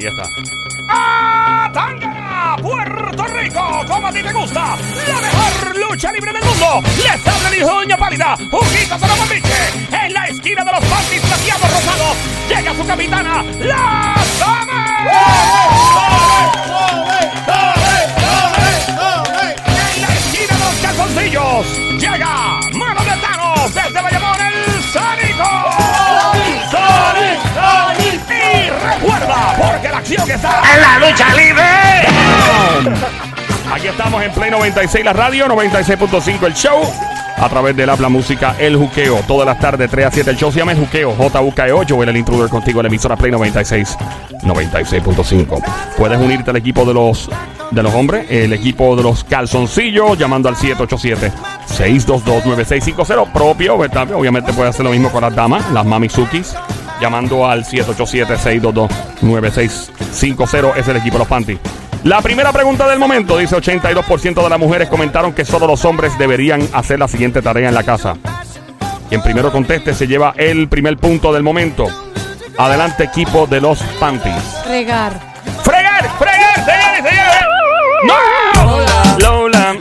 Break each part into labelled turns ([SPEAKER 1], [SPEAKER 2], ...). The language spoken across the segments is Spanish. [SPEAKER 1] ya está.
[SPEAKER 2] ¡Atangana! ¡Ah! ¡Puerto Rico! ¡Toma ti te gusta! ¡La mejor lucha libre del mundo! ¡Les habla el hijo de Doña Pálida! ¡Juguito de la bombiche! ¡En la esquina de los pantis plateados rosados! ¡Llega su capitana! ¡La Dame! ¡En la esquina de los calzoncillos! ¡Llega! ¡Mano de Thanos! ¡Desde Bayamón, el Sónico! ¡Y recuerda! ¡Porque la acción está...
[SPEAKER 1] ¡En la lucha libre!
[SPEAKER 2] Aquí estamos en Play 96 la radio, 96.5 el show. A través del habla música El Juqueo. Todas las tardes, 3 a 7. El show se llama El Juqueo. JUKE8. Yo E el intruder contigo en la emisora Play 96. 96.5. Puedes unirte al equipo de los de los hombres, el equipo de los calzoncillos, llamando al 787-622-9650. Propio, ¿verdad? Obviamente puedes hacer lo mismo con las damas, las mamizukis. Llamando al 787-622-9650. Es el equipo de los panties. La primera pregunta del momento dice 82% de las mujeres comentaron que solo los hombres deberían hacer la siguiente tarea en la casa. Quien primero conteste se lleva el primer punto del momento. Adelante equipo de los panties.
[SPEAKER 3] Regar.
[SPEAKER 2] Fregar, fregar, señores, señores. No. Lola.
[SPEAKER 3] Lola,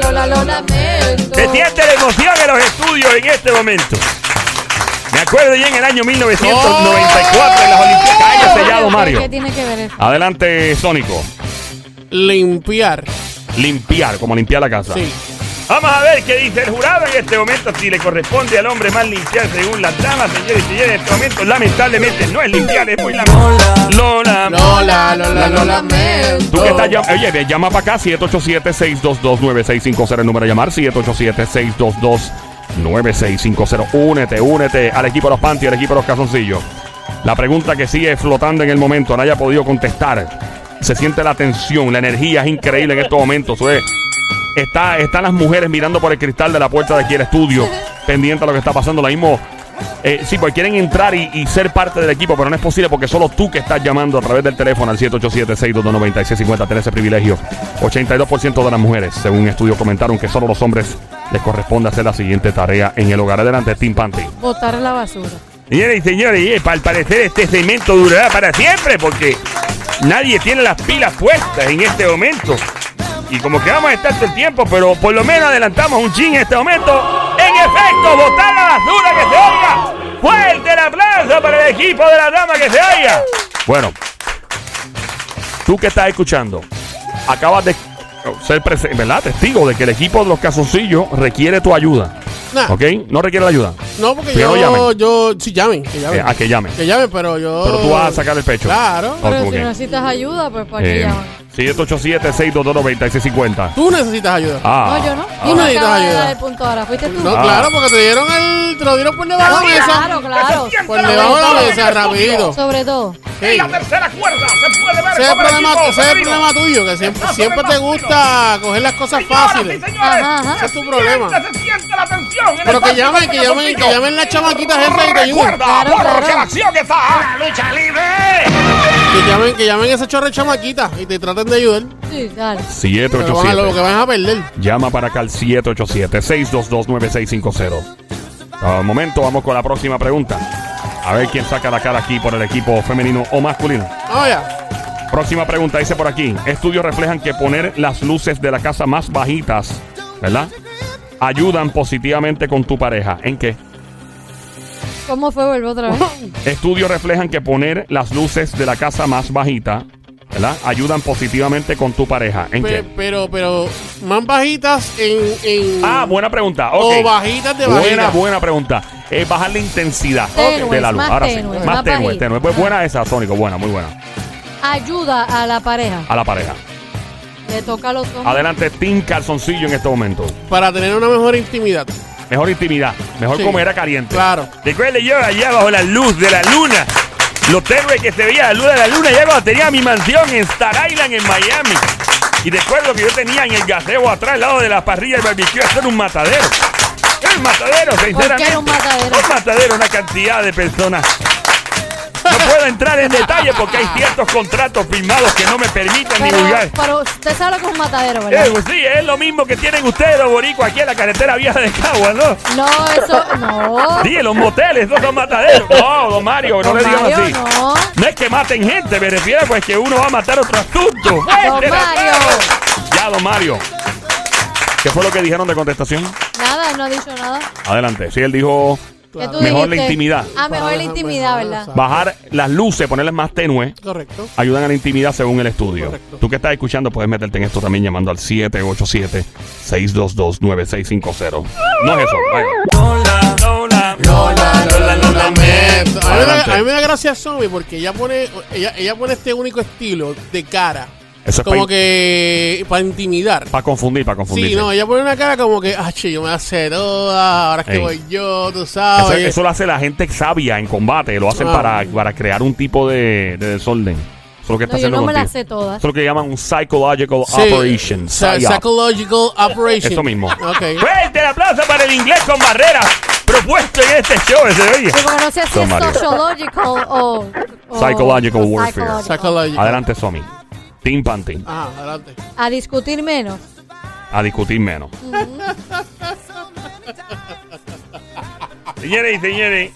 [SPEAKER 3] Lola, lo lamento.
[SPEAKER 4] Se siente la emoción en los estudios en este momento. Me acuerdo ya en el año 1994 en las Olimpiadas.
[SPEAKER 2] Calle sellado
[SPEAKER 3] ¿Qué-
[SPEAKER 2] Mario.
[SPEAKER 3] ¿Qué tiene que ver eso?
[SPEAKER 2] Adelante Sónico.
[SPEAKER 5] Limpiar.
[SPEAKER 2] Limpiar, como limpiar la casa.
[SPEAKER 5] Sí.
[SPEAKER 4] Vamos a ver qué dice el jurado en este momento si le corresponde al hombre más limpiar según las damas, señores y señores. En este momento, lamentablemente, no es limpiar, es muy lamentable. Lola.
[SPEAKER 5] Lola, Lola, lo
[SPEAKER 3] lamento.
[SPEAKER 2] Tú que estás llam- Oye, ve, llama para acá 787-622-9650 el número a llamar 787-622-9650 Únete, únete al equipo de los panties, al equipo de los calzoncillos La pregunta que sigue flotando en el momento, no haya podido contestar Se siente la tensión, la energía es increíble en estos momentos Eso es- está, Están las mujeres mirando por el cristal de la puerta de aquí el estudio Pendiente a lo que está pasando, la mismo eh, sí, pues quieren entrar y, y ser parte del equipo, pero no es posible porque solo tú que estás llamando a través del teléfono al 787-622-9650 tenés ese privilegio. 82% de las mujeres, según estudios, comentaron que solo los hombres les corresponde hacer la siguiente tarea en el hogar. Adelante, Team Panty.
[SPEAKER 3] Botar la basura.
[SPEAKER 4] Señoras y señores, y, eh, pa- al parecer este segmento durará para siempre porque nadie tiene las pilas puestas en este momento. Y como que vamos a estar todo el tiempo, pero por lo menos adelantamos un chin en este momento. En efecto, botar la basura que se oiga. Fuerte el aplauso para el equipo de la dama que se oiga.
[SPEAKER 2] Bueno, tú que estás escuchando, acabas de ser prese- ¿verdad? testigo de que el equipo de los calzoncillos requiere tu ayuda.
[SPEAKER 5] Nah.
[SPEAKER 2] ¿Ok? No requiere la ayuda.
[SPEAKER 5] No, porque
[SPEAKER 2] Que no
[SPEAKER 5] yo,
[SPEAKER 2] llamen.
[SPEAKER 5] yo, sí, llamen, que llamen.
[SPEAKER 2] Eh, a que llamen.
[SPEAKER 5] Que llamen, pero yo.
[SPEAKER 2] Pero tú vas a sacar el pecho.
[SPEAKER 5] Claro.
[SPEAKER 2] Oh,
[SPEAKER 3] Pero
[SPEAKER 2] ¿cómo
[SPEAKER 3] si
[SPEAKER 2] que?
[SPEAKER 3] necesitas ayuda, pues para qué
[SPEAKER 2] Eh,
[SPEAKER 3] llaman.
[SPEAKER 2] 787-622-9650.
[SPEAKER 5] Tú necesitas ayuda.
[SPEAKER 2] Ah.
[SPEAKER 3] No, yo no.
[SPEAKER 5] ah.
[SPEAKER 3] Tú no
[SPEAKER 5] Ah.
[SPEAKER 3] acabas de
[SPEAKER 5] ayuda.
[SPEAKER 3] dar el punto ahora. Fuiste tú.
[SPEAKER 5] No,
[SPEAKER 2] Ah.
[SPEAKER 5] claro, porque te dieron el. Te lo dieron por debajo de la
[SPEAKER 3] Claro,
[SPEAKER 5] mesa.
[SPEAKER 3] claro.
[SPEAKER 5] Por debajo de la mesa, rápido.
[SPEAKER 3] Sobre todo.
[SPEAKER 5] Sí.
[SPEAKER 2] la tercera cuerda se puede ver.
[SPEAKER 5] Ese es el
[SPEAKER 2] como
[SPEAKER 5] problema,
[SPEAKER 2] equipo
[SPEAKER 5] ese es el
[SPEAKER 2] femenino.
[SPEAKER 5] problema tuyo, que siempre,
[SPEAKER 2] Está
[SPEAKER 5] siempre
[SPEAKER 2] sobre
[SPEAKER 5] te
[SPEAKER 2] el vacío.
[SPEAKER 5] gusta coger las cosas
[SPEAKER 2] Señoras y
[SPEAKER 5] fáciles.
[SPEAKER 2] señores,
[SPEAKER 3] Ajá, ajá.
[SPEAKER 5] Ese es tu
[SPEAKER 2] se
[SPEAKER 5] problema.
[SPEAKER 2] siente, se siente la tensión en
[SPEAKER 5] Pero
[SPEAKER 2] el
[SPEAKER 5] que
[SPEAKER 2] patio
[SPEAKER 5] llamen,
[SPEAKER 2] del
[SPEAKER 5] que llamen, que
[SPEAKER 2] Sónico.
[SPEAKER 5] llamen las chamaquitas esas y te ayuden.
[SPEAKER 2] Recuerda,
[SPEAKER 3] Claro,
[SPEAKER 2] porro,
[SPEAKER 3] claro.
[SPEAKER 2] que la acción está. ¡La lucha libre!
[SPEAKER 5] Que llamen, que llamen a esa chorra de chamaquita y te traten de ayudar.
[SPEAKER 2] Pues
[SPEAKER 3] Sí, dale.
[SPEAKER 5] Pero van a lo que
[SPEAKER 2] 787.
[SPEAKER 5] van a perder.
[SPEAKER 2] Llama para acá al 787-622-9650. Al Ah, momento, vamos con la próxima pregunta. A ver quién saca la cara aquí por el equipo femenino o masculino.
[SPEAKER 5] Vamos allá.
[SPEAKER 2] Próxima pregunta, dice por aquí. Estudios reflejan que poner las luces de la casa más bajitas, ¿verdad? Ayudan positivamente con tu pareja. ¿En qué?
[SPEAKER 3] ¿Cómo fue? Vuelvo otra vez.
[SPEAKER 2] Estudios reflejan que poner las luces de la casa más bajita, ¿verdad? Ayudan positivamente con tu pareja. ¿En
[SPEAKER 5] Pe-
[SPEAKER 2] qué?
[SPEAKER 5] Pero, pero, más bajitas en. en
[SPEAKER 2] Ah, buena pregunta.
[SPEAKER 5] O
[SPEAKER 2] ok.
[SPEAKER 5] bajitas de
[SPEAKER 2] Buena,
[SPEAKER 5] bajitas.
[SPEAKER 2] buena pregunta. Es bajar la intensidad
[SPEAKER 3] Tenues,
[SPEAKER 2] de la luz.
[SPEAKER 3] más
[SPEAKER 2] Ahora
[SPEAKER 3] tenues,
[SPEAKER 2] sí.
[SPEAKER 3] más
[SPEAKER 2] Más tenue,
[SPEAKER 3] bajita.
[SPEAKER 2] tenue. Pues buena esa, Sónico. Buena, muy buena.
[SPEAKER 3] Ayuda a la pareja.
[SPEAKER 2] A la pareja.
[SPEAKER 3] Le toca a los hombres.
[SPEAKER 2] Adelante, Team Calzoncillo en este momento.
[SPEAKER 5] Para tener una mejor intimidad.
[SPEAKER 2] Mejor intimidad. Mejor
[SPEAKER 5] Sí.
[SPEAKER 2] comer a caliente.
[SPEAKER 5] Claro.
[SPEAKER 4] Recuerde yo allá bajo la luz de la luna. Los tenues que se veía la luz de la luna. Ya cuando tenía mi mansión en Star Island en Miami. Y recuerdo que yo tenía en el gaseo atrás, al lado de la parrilla del barbecue, hacer un matadero. Era un matadero, sinceramente.
[SPEAKER 3] era un matadero?
[SPEAKER 4] Un matadero, una cantidad de personas. No puedo entrar en detalle porque hay ciertos contratos firmados que no me permiten
[SPEAKER 3] Pero,
[SPEAKER 4] divulgar.
[SPEAKER 2] eh.
[SPEAKER 3] pero usted sabe lo que es un matadero, ¿verdad?
[SPEAKER 4] Eh, pues sí, es lo mismo que tienen ustedes los boricuas aquí en la carretera vieja de Cagua, ¿no?
[SPEAKER 3] No, eso. No.
[SPEAKER 4] Sí, en los moteles, no son mataderos. No, don Mario, no
[SPEAKER 3] Don
[SPEAKER 4] le digan
[SPEAKER 3] Mario,
[SPEAKER 4] así.
[SPEAKER 3] no.
[SPEAKER 4] No es que maten gente, me refiero pues que uno va a matar otro asunto.
[SPEAKER 2] Este
[SPEAKER 3] Don Mario.
[SPEAKER 4] Ya, don Mario.
[SPEAKER 2] ¿Qué fue lo que dijeron de contestación?
[SPEAKER 3] Nada, él no ha dicho nada.
[SPEAKER 2] Adelante. Sí, él dijo
[SPEAKER 3] ¿Qué tú
[SPEAKER 2] Mejor la
[SPEAKER 3] dijiste?
[SPEAKER 2] intimidad.
[SPEAKER 3] Ah, mejor la intimidad,
[SPEAKER 5] Mejor,
[SPEAKER 3] ¿verdad?
[SPEAKER 5] exacto.
[SPEAKER 2] bajar las luces, ponerlas más tenues.
[SPEAKER 5] Correcto.
[SPEAKER 2] ayudan a la intimidad según el estudio.
[SPEAKER 5] Correcto.
[SPEAKER 2] Tú que estás escuchando puedes meterte en esto también llamando al 787-622-9650. No es eso. vaya.
[SPEAKER 4] Lola, Lola, Lola, Lola,
[SPEAKER 5] A mí, me da-
[SPEAKER 2] Adelante.
[SPEAKER 5] a mí me da gracia Zombie porque ella pone, ella, ella pone este único estilo de cara.
[SPEAKER 2] Eso es
[SPEAKER 5] como
[SPEAKER 2] pa-
[SPEAKER 5] que para intimidar.
[SPEAKER 2] Para confundir, para confundir.
[SPEAKER 5] Sí, no, ella pone una cara como que, ah, che, yo me hace toda, ahora es que
[SPEAKER 2] Ey.
[SPEAKER 5] voy yo, tú
[SPEAKER 2] eso,
[SPEAKER 5] sabes.
[SPEAKER 2] eso lo hace la gente sabia en combate. Lo hacen
[SPEAKER 5] Ah.
[SPEAKER 2] para, para crear un tipo de, de desorden. Eso es lo que está
[SPEAKER 3] No, yo
[SPEAKER 2] haciendo
[SPEAKER 3] no me
[SPEAKER 2] contigo.
[SPEAKER 3] las sé todas.
[SPEAKER 2] Eso es lo que llaman un psychological
[SPEAKER 5] Sí,
[SPEAKER 2] operation.
[SPEAKER 5] sa-
[SPEAKER 2] psyop.
[SPEAKER 5] Psychological operation.
[SPEAKER 2] Eso mismo.
[SPEAKER 5] Ok.
[SPEAKER 4] Fuerte el aplauso para el inglés con barreras propuesto en este show, ese oye.
[SPEAKER 3] Sí, porque no sé si
[SPEAKER 2] Don
[SPEAKER 3] es
[SPEAKER 2] Mario.
[SPEAKER 3] sociological o, o-
[SPEAKER 2] Psychological
[SPEAKER 3] o
[SPEAKER 2] warfare.
[SPEAKER 3] psychological.
[SPEAKER 5] Psychological.
[SPEAKER 2] Adelante, Somi. Team Panting.
[SPEAKER 5] Ah, adelante.
[SPEAKER 3] A discutir menos.
[SPEAKER 2] A discutir menos.
[SPEAKER 4] Señores y señores,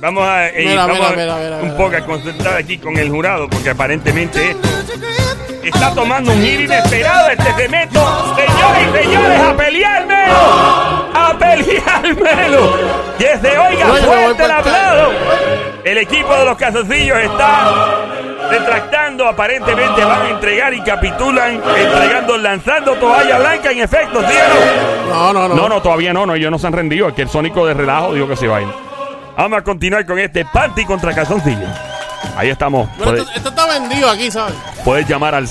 [SPEAKER 4] vamos a, eh,
[SPEAKER 5] Mira,
[SPEAKER 4] vamos
[SPEAKER 5] mira,
[SPEAKER 4] a-
[SPEAKER 5] mira, mira,
[SPEAKER 4] un
[SPEAKER 5] mira,
[SPEAKER 4] poco
[SPEAKER 5] mira.
[SPEAKER 4] a concentrar aquí con el jurado, porque aparentemente esto está tomando un giro inesperado este cemento. Señores y señores, a peleármelo, a peleármelo. Que se oiga
[SPEAKER 5] Bueno, voy
[SPEAKER 4] fuerte
[SPEAKER 5] por
[SPEAKER 4] el aplauso. El equipo de los calzoncillos está retractando, aparentemente van a entregar y capitulan, entregando, lanzando toalla blanca en efecto, ¿sí
[SPEAKER 5] No,
[SPEAKER 4] o no?
[SPEAKER 5] no, no.
[SPEAKER 2] No, no, todavía no, no, ellos no se han rendido. Es que el sónico de relajo dijo que se va a ir.
[SPEAKER 4] Vamos a continuar con este panty contra calzoncillo.
[SPEAKER 2] Ahí estamos.
[SPEAKER 5] Bueno,
[SPEAKER 2] Puedes,
[SPEAKER 5] esto, esto está vendido aquí, ¿sabes?
[SPEAKER 2] puedes llamar al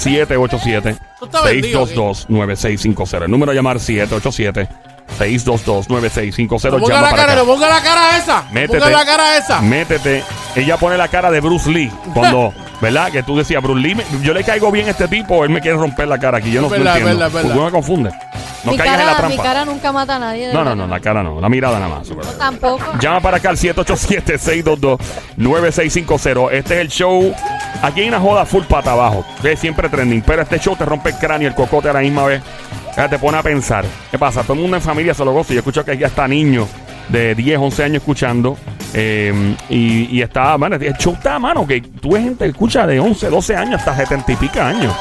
[SPEAKER 2] 787-622-9650. El número a llamar 787-622-9650.
[SPEAKER 5] Ponga
[SPEAKER 2] Llama
[SPEAKER 5] la
[SPEAKER 2] para
[SPEAKER 5] cara,
[SPEAKER 2] acá.
[SPEAKER 5] no ponga la cara esa. No Ponga
[SPEAKER 2] Métete.
[SPEAKER 5] la cara esa.
[SPEAKER 2] Métete. Ella pone la cara de Bruce Lee. Cuando, ¿verdad? Que tú decías, Bruce Lee, me- yo le caigo bien a este tipo, él me quiere romper la cara aquí. Yo no,
[SPEAKER 5] Es
[SPEAKER 2] no
[SPEAKER 5] verdad,
[SPEAKER 2] entiendo.
[SPEAKER 5] es verdad, es
[SPEAKER 2] Porque
[SPEAKER 5] verdad.
[SPEAKER 2] uno me confunde. No
[SPEAKER 3] mi,
[SPEAKER 2] caigas
[SPEAKER 3] cara,
[SPEAKER 2] en la
[SPEAKER 3] mi
[SPEAKER 2] trampa.
[SPEAKER 3] cara nunca mata a nadie. de
[SPEAKER 2] No, no,
[SPEAKER 3] verdad.
[SPEAKER 2] no, la cara no. La mirada nada más. ¿verdad?
[SPEAKER 3] Tampoco.
[SPEAKER 2] Llama para acá al 787-622-9650. Este es el show. Aquí hay una joda full pata abajo. Que es siempre trending. Pero este show te rompe el cráneo y el cocote a la misma vez. Ya Te pone a pensar. ¿Qué pasa? Todo el mundo en familia se lo goza. Yo escucho que aquí está niño de 10, 11 años escuchando. Eh, y, y está, mano, el show está, mano, que tú ves gente que escucha de 11, 12 años hasta 70 y pica años.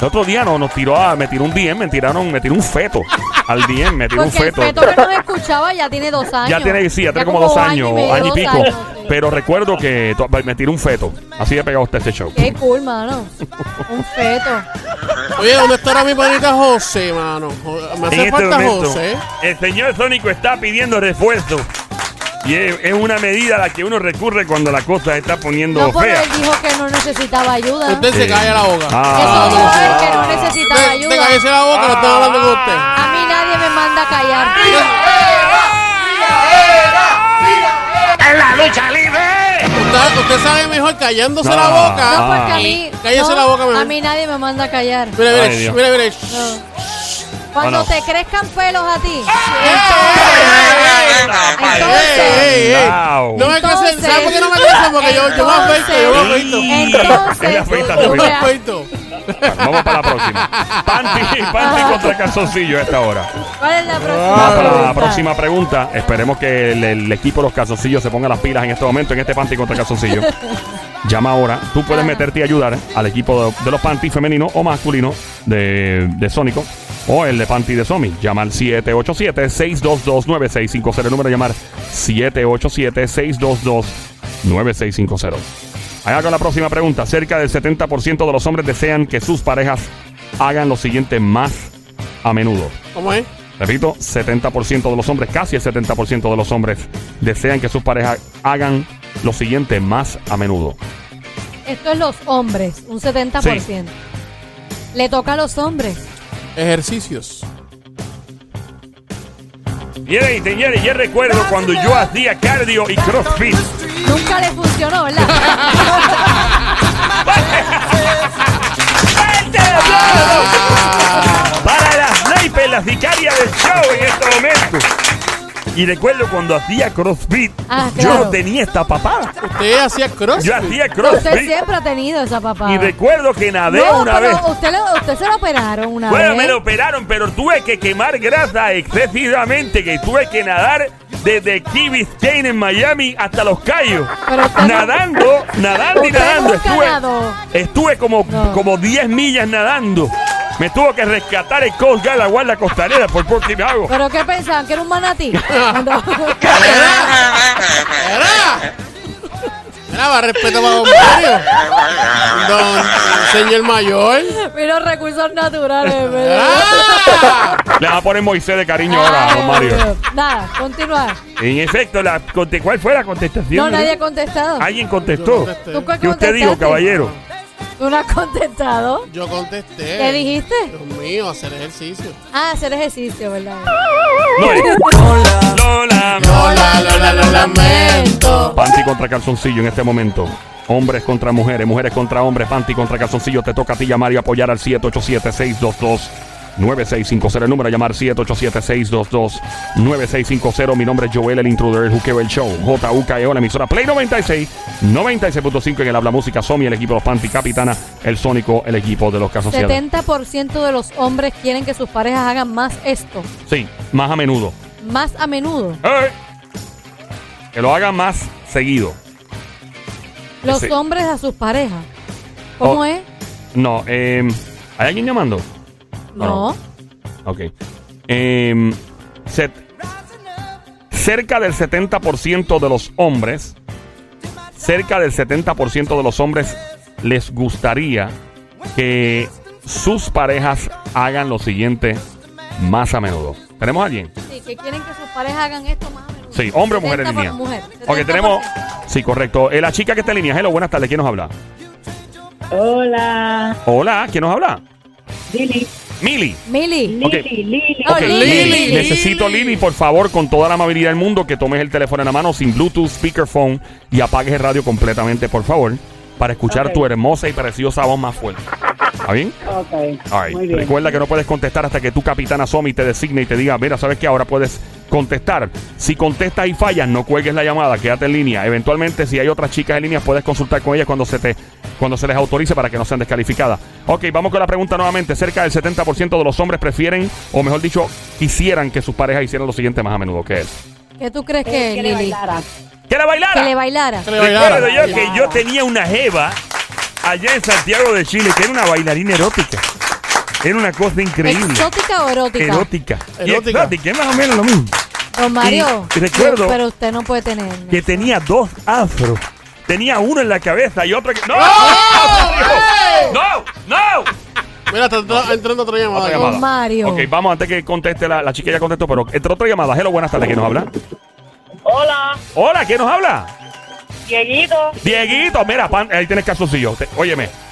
[SPEAKER 2] El otro día no, nos tiró a, me tiró un DM, me tiraron, me tiró un feto. Al DM, me tiró un
[SPEAKER 3] Porque el
[SPEAKER 2] feto.
[SPEAKER 3] feto que nos escuchaba ya tiene dos años.
[SPEAKER 2] Ya tiene, sí, ya tiene como, dos años,
[SPEAKER 3] medio,
[SPEAKER 2] año y
[SPEAKER 3] dos
[SPEAKER 2] pico.
[SPEAKER 3] años, sí.
[SPEAKER 2] Pero recuerdo que to- me tiró un feto. Así de pegado está este show.
[SPEAKER 3] Qué cool, mano. Un feto.
[SPEAKER 5] Oye, ¿dónde estará mi panita José, mano? Jo- Me
[SPEAKER 4] En
[SPEAKER 5] hace
[SPEAKER 4] este
[SPEAKER 5] falta
[SPEAKER 4] momento,
[SPEAKER 5] José. ¿eh?
[SPEAKER 4] el señor Sónico está pidiendo refuerzo. Y es, es una medida a la que uno recurre cuando la cosa se está poniendo
[SPEAKER 3] No, porque
[SPEAKER 4] fea.
[SPEAKER 3] él dijo que no necesitaba ayuda.
[SPEAKER 5] Usted se
[SPEAKER 2] Ah. Sí.
[SPEAKER 5] calla la boca.
[SPEAKER 2] Ah.
[SPEAKER 3] Eso dijo él, que no
[SPEAKER 5] Usted-
[SPEAKER 3] necesitaba
[SPEAKER 5] Usted
[SPEAKER 3] ayuda.
[SPEAKER 5] cállese la boca, Ah, no están hablando con
[SPEAKER 2] Ah.
[SPEAKER 5] usted.
[SPEAKER 3] A mí nadie me manda a callar.
[SPEAKER 1] ¡En la lucha libre!
[SPEAKER 5] Usted, usted sabe mejor callándose
[SPEAKER 2] No.
[SPEAKER 5] la boca.
[SPEAKER 3] No, porque a
[SPEAKER 2] Ay.
[SPEAKER 3] mí.
[SPEAKER 5] Cállese
[SPEAKER 3] no,
[SPEAKER 5] la boca, mi
[SPEAKER 3] A
[SPEAKER 5] amor.
[SPEAKER 3] mí nadie me manda a callar.
[SPEAKER 5] Mira, mira,
[SPEAKER 2] Ay,
[SPEAKER 5] shh,
[SPEAKER 2] Dios.
[SPEAKER 5] mira, mira. shh.
[SPEAKER 3] No. Cuando
[SPEAKER 2] Ah, no.
[SPEAKER 3] te crezcan pelos a ti.
[SPEAKER 5] ¡Eh! Ey, ey, ey.
[SPEAKER 2] Wow.
[SPEAKER 5] No me crecen,
[SPEAKER 3] Entonces-
[SPEAKER 5] ¿sabes por qué no me crecen? Porque yo, yo me afeito, yo me afeito.
[SPEAKER 3] Entonces,
[SPEAKER 2] Le
[SPEAKER 3] entonces,
[SPEAKER 2] afeita, le
[SPEAKER 5] Yo
[SPEAKER 3] tú
[SPEAKER 5] me
[SPEAKER 3] me has-
[SPEAKER 5] afeito.
[SPEAKER 2] Vamos para la próxima. Panty,
[SPEAKER 3] Ah.
[SPEAKER 2] panty contra calzoncillo a esta hora.
[SPEAKER 3] ¿Cuál es la
[SPEAKER 5] Ah.
[SPEAKER 3] próxima?
[SPEAKER 2] Vamos para la
[SPEAKER 3] pregunta?
[SPEAKER 2] próxima pregunta. Esperemos que el, el equipo de los calzoncillos se ponga las pilas en este momento, en este panty contra calzoncillo. Llama ahora. Tú puedes meterte y ayudar al equipo de, de los panty femenino o masculino de, de Sónico o el de panty de Somi. Llama al 787-622-9650. El número de llamar 787-622-9650. Allá con la próxima pregunta. Cerca del 70% de los hombres desean que sus parejas hagan lo siguiente más a menudo.
[SPEAKER 5] ¿Cómo es?
[SPEAKER 2] Repito, 70% de los hombres, casi el 70% de los hombres desean que sus parejas hagan lo siguiente más a menudo.
[SPEAKER 3] Esto es los hombres, un 70%. Le toca a los hombres.
[SPEAKER 5] Ejercicios.
[SPEAKER 4] Señores y señores, yo recuerdo cuando yo hacía cardio y crossfit.
[SPEAKER 3] Nunca le funcionó, ¿verdad?
[SPEAKER 4] ¡Fuerte el
[SPEAKER 5] Ah,
[SPEAKER 4] aplauso! Para la sniper, la sicaria del show en este momento. Y recuerdo cuando hacía CrossFit,
[SPEAKER 3] Ah,
[SPEAKER 4] yo
[SPEAKER 3] claro.
[SPEAKER 4] no tenía esta papada.
[SPEAKER 5] Usted hacía crossfit.
[SPEAKER 4] Yo hacía
[SPEAKER 3] Usted
[SPEAKER 4] CrossFit.
[SPEAKER 3] siempre ha tenido esa papada.
[SPEAKER 4] Y recuerdo que nadé
[SPEAKER 3] no,
[SPEAKER 4] una
[SPEAKER 3] pero
[SPEAKER 4] vez.
[SPEAKER 3] Usted, lo- usted se lo operaron una
[SPEAKER 4] Bueno,
[SPEAKER 3] vez.
[SPEAKER 4] me lo operaron, pero tuve que quemar grasa excesivamente, que tuve que nadar desde Key Biscayne en Miami hasta Los Cayos.
[SPEAKER 3] Pero usted no-
[SPEAKER 4] Nadando, nadando y
[SPEAKER 3] Usted
[SPEAKER 4] nadando.
[SPEAKER 3] nunca nadó.
[SPEAKER 4] Estuve, estuve como,
[SPEAKER 3] No.
[SPEAKER 4] como 10 millas nadando. Me tuvo que rescatar el Coast Guard, la guardia costanera, por por si me hago.
[SPEAKER 3] ¿Pero qué pensaban? ¿Que era un manatí? No.
[SPEAKER 5] ¡Era! ¡Era, va, respeto para bomberos! Don señor mayor.
[SPEAKER 3] Mira los recursos
[SPEAKER 4] Ah.
[SPEAKER 3] naturales. ¿verdad?
[SPEAKER 5] ¡Era!
[SPEAKER 2] Le va a poner Moisés de cariño ahora,
[SPEAKER 3] Ay,
[SPEAKER 2] don Mario.
[SPEAKER 3] Dios. Nada, continuar.
[SPEAKER 4] En efecto, la, conte- ¿cuál fue la
[SPEAKER 3] No,
[SPEAKER 4] contestación?
[SPEAKER 3] nadie ha contestado.
[SPEAKER 4] Alguien contestó.
[SPEAKER 3] ¿Tú cuál
[SPEAKER 4] ¿Qué usted
[SPEAKER 3] contestaste?
[SPEAKER 4] dijo, caballero?
[SPEAKER 3] ¿Tú no has contestado?
[SPEAKER 5] Yo contesté.
[SPEAKER 2] Eh.
[SPEAKER 3] ¿Qué dijiste?
[SPEAKER 5] Dios mío, hacer ejercicio.
[SPEAKER 3] Ah, hacer ejercicio, ¿verdad?
[SPEAKER 2] Ah,
[SPEAKER 4] No, eh. Lola.
[SPEAKER 5] Lola, Lola, lo
[SPEAKER 3] lamento.
[SPEAKER 2] Panty contra calzoncillo en este momento. Hombres contra mujeres, mujeres contra hombres, panty contra calzoncillo. Te toca a ti llamar y apoyar al 787-622-9650. El número a llamar 787-622-9650. Mi nombre es Joel, el intruder, el juqueo, el show. JUKEO, la E, emisora Play 96, 96.5 en el Habla Música. Somi, el equipo de los panty, Capitana, el Sónico, el equipo de los calzoncillos.
[SPEAKER 3] 70% de los hombres quieren que sus parejas hagan más esto,
[SPEAKER 2] Sí, más a menudo.
[SPEAKER 3] más a menudo.
[SPEAKER 2] ¡Ey! Que lo hagan más seguido.
[SPEAKER 3] Los
[SPEAKER 2] Sí.
[SPEAKER 3] hombres a sus parejas. ¿Cómo
[SPEAKER 2] Oh.
[SPEAKER 3] es?
[SPEAKER 2] No, eh, ¿hay alguien llamando?
[SPEAKER 3] No.
[SPEAKER 2] No. Ok. Em, set- cerca del 70% de los hombres, cerca del 70% de los hombres les gustaría que sus parejas hagan lo siguiente más a menudo. ¿Tenemos a alguien?
[SPEAKER 3] Sí, que quieren que sus parejas hagan esto más a menudo.
[SPEAKER 2] Sí, hombre o mujer en
[SPEAKER 3] 70
[SPEAKER 2] línea.
[SPEAKER 3] por- mujer,
[SPEAKER 2] ok,
[SPEAKER 3] 70%.
[SPEAKER 2] tenemos... Sí, correcto. Eh, la chica que está en línea. Hello, buenas tardes. ¿Quién nos habla?
[SPEAKER 6] Hola,
[SPEAKER 2] Hola, ¿quién nos habla?
[SPEAKER 6] Lili,
[SPEAKER 2] Mili.
[SPEAKER 3] Mili.
[SPEAKER 6] Lili,
[SPEAKER 2] Ok.
[SPEAKER 6] Lili.
[SPEAKER 3] Oh,
[SPEAKER 2] Ok,
[SPEAKER 3] Lili.
[SPEAKER 2] Lili, Necesito Lili, por favor, con toda la amabilidad del mundo, que tomes el teléfono en la mano sin Bluetooth, speakerphone y apagues el radio completamente, por favor, para escuchar
[SPEAKER 6] Ok.
[SPEAKER 2] tu hermosa y preciosa voz más fuerte. ¿Está bien?
[SPEAKER 6] Ok,
[SPEAKER 2] All right.
[SPEAKER 6] muy bien.
[SPEAKER 2] Recuerda que no puedes contestar hasta que tu capitana Somi te designe y te diga, mira, ¿sabes qué? Ahora puedes contestar. Si contestas y fallas, no cuelgues la llamada, quédate en línea. Eventualmente, si hay otras chicas en línea, puedes consultar con ellas cuando se te cuando se les autorice para que no sean descalificadas. Ok, vamos con la pregunta nuevamente. Cerca del 70% de los hombres prefieren, o mejor dicho, quisieran que sus parejas hicieran lo siguiente más a menudo, que es.
[SPEAKER 3] ¿Qué tú crees
[SPEAKER 6] Eh,
[SPEAKER 3] que es,
[SPEAKER 6] que le
[SPEAKER 3] Lili?
[SPEAKER 6] bailara.
[SPEAKER 4] ¡Que la bailara!
[SPEAKER 3] Que le bailara.
[SPEAKER 5] Que le
[SPEAKER 4] Recuerdo
[SPEAKER 5] bailara.
[SPEAKER 4] yo que yo tenía una jeva allá en Santiago de Chile, que era una bailarina erótica. Era una cosa increíble.
[SPEAKER 3] ¿Exótica o erótica?
[SPEAKER 4] Erótica. Y
[SPEAKER 5] Erótica.
[SPEAKER 4] exótica, es más o menos lo mismo.
[SPEAKER 3] Don Mario.
[SPEAKER 4] Y- y recuerdo-
[SPEAKER 3] Pero usted no puede tener.
[SPEAKER 4] Que tenía dos afros. Tenía uno en la cabeza y otro que. ¡No! ¡No! ¡No!
[SPEAKER 5] Mira, está entra- entrando otra llamada.
[SPEAKER 2] Otra
[SPEAKER 3] Don
[SPEAKER 2] llamada.
[SPEAKER 3] Mario.
[SPEAKER 2] Ok, vamos antes que conteste la, la chica ya contestó, pero entre otra llamada. Hello, buenas tardes. ¿Quién nos habla?
[SPEAKER 6] Hola,
[SPEAKER 2] Hola, ¿quién nos habla?
[SPEAKER 6] Dieguito.
[SPEAKER 2] Dieguito, mira, pan- ahí tienes calzoncillo. Te- óyeme.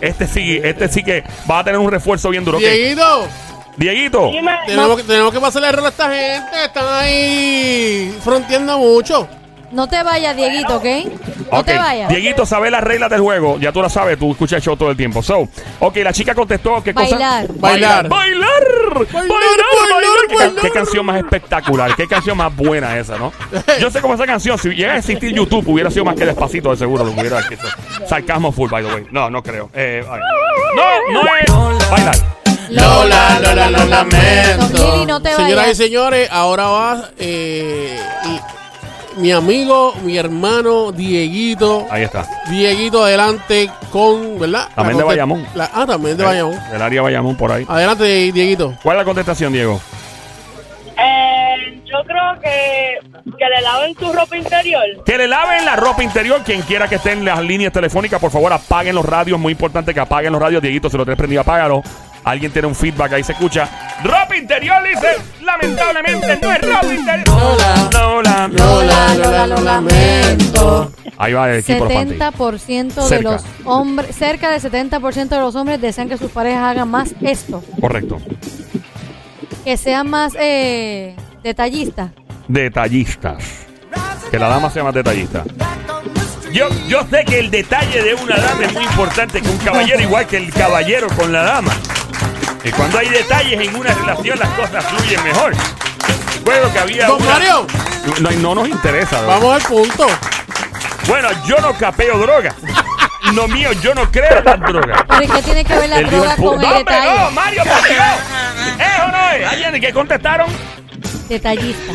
[SPEAKER 2] Este sí, este sí que va a tener un refuerzo bien duro. ok.
[SPEAKER 5] Dieguito,
[SPEAKER 2] Dieguito.
[SPEAKER 6] Dime.
[SPEAKER 5] tenemos, que, tenemos que pasarle el rol a esta gente. Están ahí fronteando mucho.
[SPEAKER 3] No te vayas, Dieguito, ¿ok? No
[SPEAKER 2] Ok,
[SPEAKER 3] te vayas.
[SPEAKER 2] Dieguito sabe las reglas del juego. Ya tú las sabes, tú escuchas el show todo el tiempo. So, ok, la chica contestó qué
[SPEAKER 3] Bailar.
[SPEAKER 2] cosa. Bailar.
[SPEAKER 5] Bailar.
[SPEAKER 2] Bailar. Bailar.
[SPEAKER 5] bailar,
[SPEAKER 2] ¿Qué,
[SPEAKER 5] bailar.
[SPEAKER 2] qué canción más espectacular. Qué canción más buena esa, ¿no? Yo sé cómo esa canción, si llega a existir YouTube, hubiera sido más que despacito, de seguro. Lo hubiera escrito. Sarcasmo full, by the way. No, no creo. Eh, ay. no, no es. Bailar.
[SPEAKER 5] Lola, Lola, lo
[SPEAKER 3] Don Lili, no te
[SPEAKER 5] Señoras y
[SPEAKER 3] vayas.
[SPEAKER 5] señores, ahora va eh, y- mi amigo, mi hermano Dieguito.
[SPEAKER 2] Ahí está.
[SPEAKER 5] Dieguito, adelante con, ¿verdad?
[SPEAKER 2] También
[SPEAKER 5] La
[SPEAKER 2] de
[SPEAKER 5] conte-
[SPEAKER 2] Bayamón.
[SPEAKER 5] la- ah, también de Bayamón.
[SPEAKER 2] El área Bayamón por ahí.
[SPEAKER 5] Adelante, Dieguito.
[SPEAKER 2] ¿Cuál es la contestación, Diego?
[SPEAKER 6] Eh, yo creo que, que le laven tu ropa interior.
[SPEAKER 2] Que le laven la ropa interior. Quien quiera que esté en las líneas telefónicas, por favor, apaguen los radios. Muy importante que apaguen los radios. Dieguito, si lo tienes prendido, apágalo. Alguien tiene un feedback, ahí se escucha. Ropa interior, dice. Lamentablemente no es ropa interior.
[SPEAKER 5] Lola,
[SPEAKER 2] Lola.
[SPEAKER 3] Lola, Lola, lo lamento.
[SPEAKER 2] Ahí va el equipo de los Panty.
[SPEAKER 3] 70% de
[SPEAKER 2] Cerca.
[SPEAKER 3] los hombres, cerca del 70% de los hombres desean que sus parejas hagan más esto,
[SPEAKER 2] Correcto.
[SPEAKER 3] que sean más eh, detallistas.
[SPEAKER 2] Detallistas. Que la dama sea más detallista.
[SPEAKER 4] Yo, yo sé que el detalle de una dama es muy importante que un caballero, igual que el caballero con la dama. Y cuando hay detalles en una relación, las cosas fluyen mejor.
[SPEAKER 2] recuerdo que había.
[SPEAKER 5] Don
[SPEAKER 2] una-
[SPEAKER 5] Mario,
[SPEAKER 7] No, no nos interesa. bro.
[SPEAKER 5] vamos al punto.
[SPEAKER 2] Bueno, yo no capeo droga. Lo mío, yo no creo en las drogas.
[SPEAKER 3] Pero es que tiene que ver la
[SPEAKER 2] Él dijo
[SPEAKER 3] droga
[SPEAKER 2] el pu-
[SPEAKER 3] con
[SPEAKER 2] no,
[SPEAKER 3] el
[SPEAKER 2] hombre, no,
[SPEAKER 3] detalle.
[SPEAKER 2] Mario, por Dios. Eso no es. Ayer, ¿qué contestaron?
[SPEAKER 3] Detallista.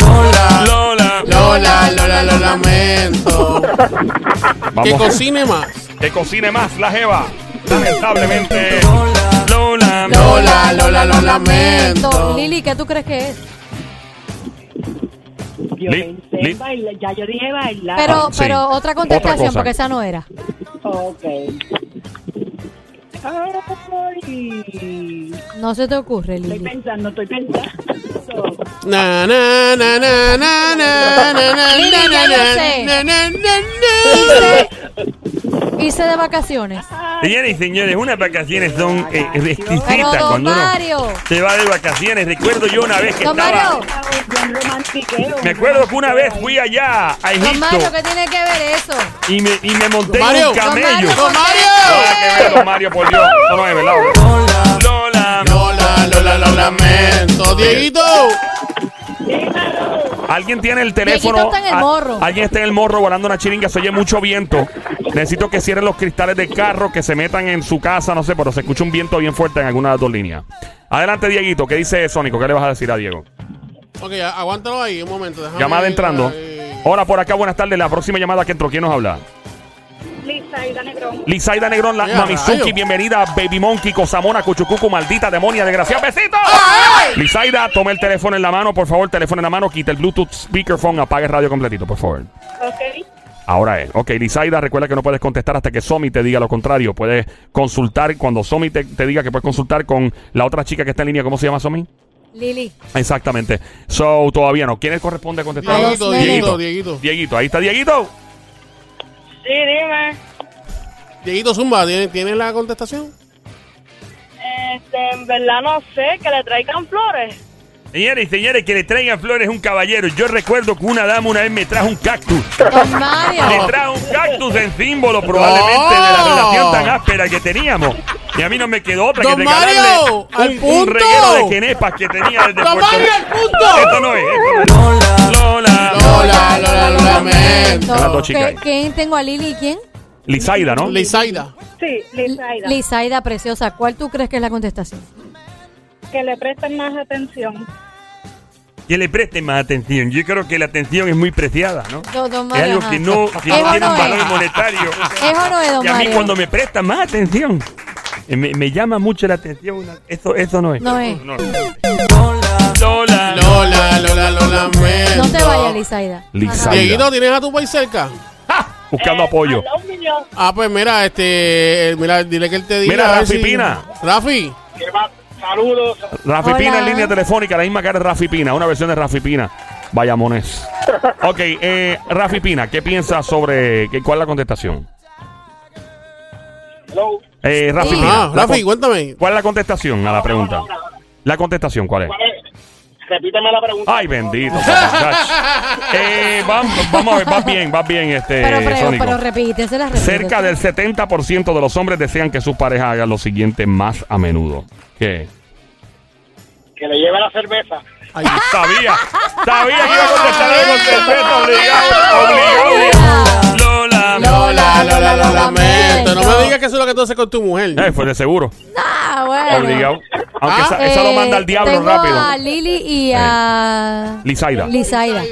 [SPEAKER 2] Lola.
[SPEAKER 5] Lola, Lola, lo lamento. Que
[SPEAKER 7] Vamos.
[SPEAKER 5] cocine más.
[SPEAKER 2] Que cocine más la jeva. Lamentablemente. Lola.
[SPEAKER 5] Lola, Lola, lo lamento.
[SPEAKER 3] Eh, Lili, ¿qué tú crees que es?
[SPEAKER 4] Yo
[SPEAKER 2] Li-
[SPEAKER 4] pensé
[SPEAKER 2] li-
[SPEAKER 4] en bailar, ya yo dije bailar.
[SPEAKER 3] Pero,
[SPEAKER 7] Ah, sí.
[SPEAKER 3] pero otra contestación,
[SPEAKER 7] Otra cosa.
[SPEAKER 3] porque esa no era.
[SPEAKER 4] Ok. Ay,
[SPEAKER 3] No se te ocurre,
[SPEAKER 4] estoy
[SPEAKER 3] Lili.
[SPEAKER 4] pensando, estoy pensando.
[SPEAKER 5] Na, na, na, na, na, na, na, na,
[SPEAKER 3] Lili,
[SPEAKER 5] na,
[SPEAKER 3] ya
[SPEAKER 5] na,
[SPEAKER 3] yo sé.
[SPEAKER 5] na, na, na, na.
[SPEAKER 3] Hice, hice de vacaciones.
[SPEAKER 2] Señores y señores, unas vacaciones son eh,
[SPEAKER 3] Pero,
[SPEAKER 2] exquisitas
[SPEAKER 3] don
[SPEAKER 2] cuando uno
[SPEAKER 3] Mario.
[SPEAKER 2] se va de vacaciones. Recuerdo yo una vez que
[SPEAKER 3] Don
[SPEAKER 2] estaba.
[SPEAKER 3] Mario,
[SPEAKER 4] Bien romantiqueo.
[SPEAKER 2] Me acuerdo que una vez fui allá a
[SPEAKER 3] don Mario,
[SPEAKER 2] Egipto
[SPEAKER 3] ¿qué tiene que ver eso?
[SPEAKER 2] y me, y me monté en
[SPEAKER 5] Mario,
[SPEAKER 2] un
[SPEAKER 5] don
[SPEAKER 3] Don Mario,
[SPEAKER 2] camello.
[SPEAKER 5] Don
[SPEAKER 3] ¿por qué?
[SPEAKER 5] Mario.
[SPEAKER 2] Nada que ver, don Mario, por Dios. Eso no es verdad, bro. Lola.
[SPEAKER 5] Lola, Lola, lo lamento. Dieguito,
[SPEAKER 2] Alguien tiene el
[SPEAKER 3] Dieguito
[SPEAKER 2] teléfono.
[SPEAKER 3] está en el
[SPEAKER 2] a-
[SPEAKER 3] morro.
[SPEAKER 2] Alguien está en el morro volando una chiringa. Se oye mucho viento. Necesito que cierren los cristales del carro, que se metan en su casa, no sé, pero se escucha un viento bien fuerte en alguna de las dos líneas. Adelante, Dieguito. ¿Qué dice Sónico? ¿Qué le vas a decir a Diego?
[SPEAKER 5] ok, aguántalo ahí un momento. déjame eh,
[SPEAKER 2] Llamada
[SPEAKER 5] ir
[SPEAKER 2] entrando.
[SPEAKER 5] ahí.
[SPEAKER 2] Hola, por acá, buenas tardes. La próxima llamada que entró, ¿quién nos habla?
[SPEAKER 4] Lisa y Negrón.
[SPEAKER 2] Lizaida Negrón, la
[SPEAKER 5] Mira,
[SPEAKER 2] Mamizuki,
[SPEAKER 5] rayo.
[SPEAKER 2] bienvenida, Baby Monkey, Cosamona, Cuchucucu, maldita demonia, desgraciada, besito. Lizaida, tome el teléfono en la mano, por favor, teléfono en la mano, quita el Bluetooth speakerphone, apague el radio completito, por favor.
[SPEAKER 4] Ok.
[SPEAKER 2] Ahora es. Ok, Lizaida, recuerda que no puedes contestar hasta que Somi te diga lo contrario. Puedes consultar, cuando Somi te, te diga que puedes consultar con la otra chica que está en línea, ¿cómo se llama Somi?
[SPEAKER 3] Lili,
[SPEAKER 2] Exactamente. So, todavía no. ¿Quién le corresponde contestar?
[SPEAKER 3] A los
[SPEAKER 5] Dieguito,
[SPEAKER 3] nenes.
[SPEAKER 5] Dieguito, Dieguito.
[SPEAKER 2] Dieguito, ahí está Dieguito.
[SPEAKER 4] Sí, dime.
[SPEAKER 5] Dieguito Zumba, ¿tiene- ¿tiene la contestación?
[SPEAKER 4] Este, en verdad no sé, que le traigan flores.
[SPEAKER 2] Señores y señores, que le traigan flores un caballero. Yo recuerdo que una dama una vez me trajo un cactus.
[SPEAKER 3] don
[SPEAKER 2] Le
[SPEAKER 3] Mario.
[SPEAKER 2] trajo un cactus en símbolo probablemente de la relación tan áspera que teníamos. Y a mí no me quedó otra
[SPEAKER 5] Don
[SPEAKER 2] que regalarle
[SPEAKER 5] Mario,
[SPEAKER 2] un,
[SPEAKER 5] al
[SPEAKER 2] un
[SPEAKER 5] punto.
[SPEAKER 2] reguero de quenepas que tenía desde
[SPEAKER 5] ¡Don
[SPEAKER 2] Puerto
[SPEAKER 5] Mario,
[SPEAKER 2] Rico.
[SPEAKER 5] al punto!
[SPEAKER 2] Esto no es. esto no es. Lola.
[SPEAKER 5] Lola, Lola, lo lamento.
[SPEAKER 2] Las dos chicas ahí.
[SPEAKER 3] ¿Qué- ¿Quién tengo a Lili y quién?
[SPEAKER 2] Lizaida, ¿no?
[SPEAKER 5] Leisaida.
[SPEAKER 4] Sí, Lisaida.
[SPEAKER 3] Lizaida Preciosa. ¿Cuál tú crees que es la contestación?
[SPEAKER 4] que le presten más atención.
[SPEAKER 2] que le presten más atención. Yo creo que la atención es muy preciada, ¿no?
[SPEAKER 3] Don, don
[SPEAKER 2] Es
[SPEAKER 3] Mario.
[SPEAKER 2] algo que no, que
[SPEAKER 3] Eso
[SPEAKER 2] no tiene un
[SPEAKER 3] no
[SPEAKER 2] valor
[SPEAKER 3] es.
[SPEAKER 2] monetario.
[SPEAKER 3] Es o no es, don
[SPEAKER 2] Y a mí
[SPEAKER 3] Mario.
[SPEAKER 2] cuando me prestan más atención, eh, me, me llama mucho la atención. una- Eso, eso no es.
[SPEAKER 3] No es.
[SPEAKER 2] No, no. Lola.
[SPEAKER 5] Lola, Lola, lo lamento.
[SPEAKER 3] No te vayas, Lizaida.
[SPEAKER 2] Lizaida.
[SPEAKER 3] Ajá.
[SPEAKER 5] Dieguito, ¿tienes a tu país cerca?
[SPEAKER 2] ¡Ja! Buscando
[SPEAKER 3] Eh,
[SPEAKER 4] Eh,
[SPEAKER 2] apoyo.
[SPEAKER 4] Al lado mío.
[SPEAKER 5] Ah, pues mira, este, eh, mira, dile que él te diga.
[SPEAKER 2] Mira,
[SPEAKER 5] a ver
[SPEAKER 2] Rafi Pina.
[SPEAKER 5] Rafi,
[SPEAKER 8] Saludos.
[SPEAKER 2] Rafi
[SPEAKER 3] Hola.
[SPEAKER 2] Pina en línea telefónica, la misma cara de Rafi Pina, una versión de Rafi Pina. Vayamones. ok, eh, Rafi Pina, ¿qué piensas sobre qué- cuál es la contestación?
[SPEAKER 8] Hello.
[SPEAKER 2] Eh, Rafi
[SPEAKER 3] Sí.
[SPEAKER 2] Pina,
[SPEAKER 5] ah,
[SPEAKER 2] la
[SPEAKER 5] Rafi,
[SPEAKER 2] con-
[SPEAKER 5] cuéntame.
[SPEAKER 2] ¿cuál es la contestación a la pregunta?
[SPEAKER 8] Ahora, ahora, ahora.
[SPEAKER 2] La contestación, ¿cuál es?
[SPEAKER 8] ¿Cuál es? Repíteme la pregunta.
[SPEAKER 2] Ay, bendito. papá, chacho. eh, vamos, vamos a ver, va bien, va bien, este
[SPEAKER 3] Pero, pero,
[SPEAKER 2] Sónico.
[SPEAKER 3] pero repite, se las repite.
[SPEAKER 2] Cerca del 70% de los hombres desean que sus parejas hagan lo siguiente más a menudo. ¿Qué?
[SPEAKER 8] Que le lleve la cerveza.
[SPEAKER 5] Ay,
[SPEAKER 2] Sabía, sabía que iba a contestar algo con cerveza, obligado, obligado. Lola.
[SPEAKER 5] Lola, Lola, lo lamento. No me digas que eso es lo que tú haces con tu mujer.
[SPEAKER 2] Eh, fue de seguro,
[SPEAKER 3] Ah, bueno. Eh,
[SPEAKER 2] obligado. Aunque
[SPEAKER 5] Ah,
[SPEAKER 2] esa, esa lo manda al diablo
[SPEAKER 3] tengo a
[SPEAKER 2] rápido.
[SPEAKER 3] Lili y a...
[SPEAKER 2] Lizaida.
[SPEAKER 3] Lizaida.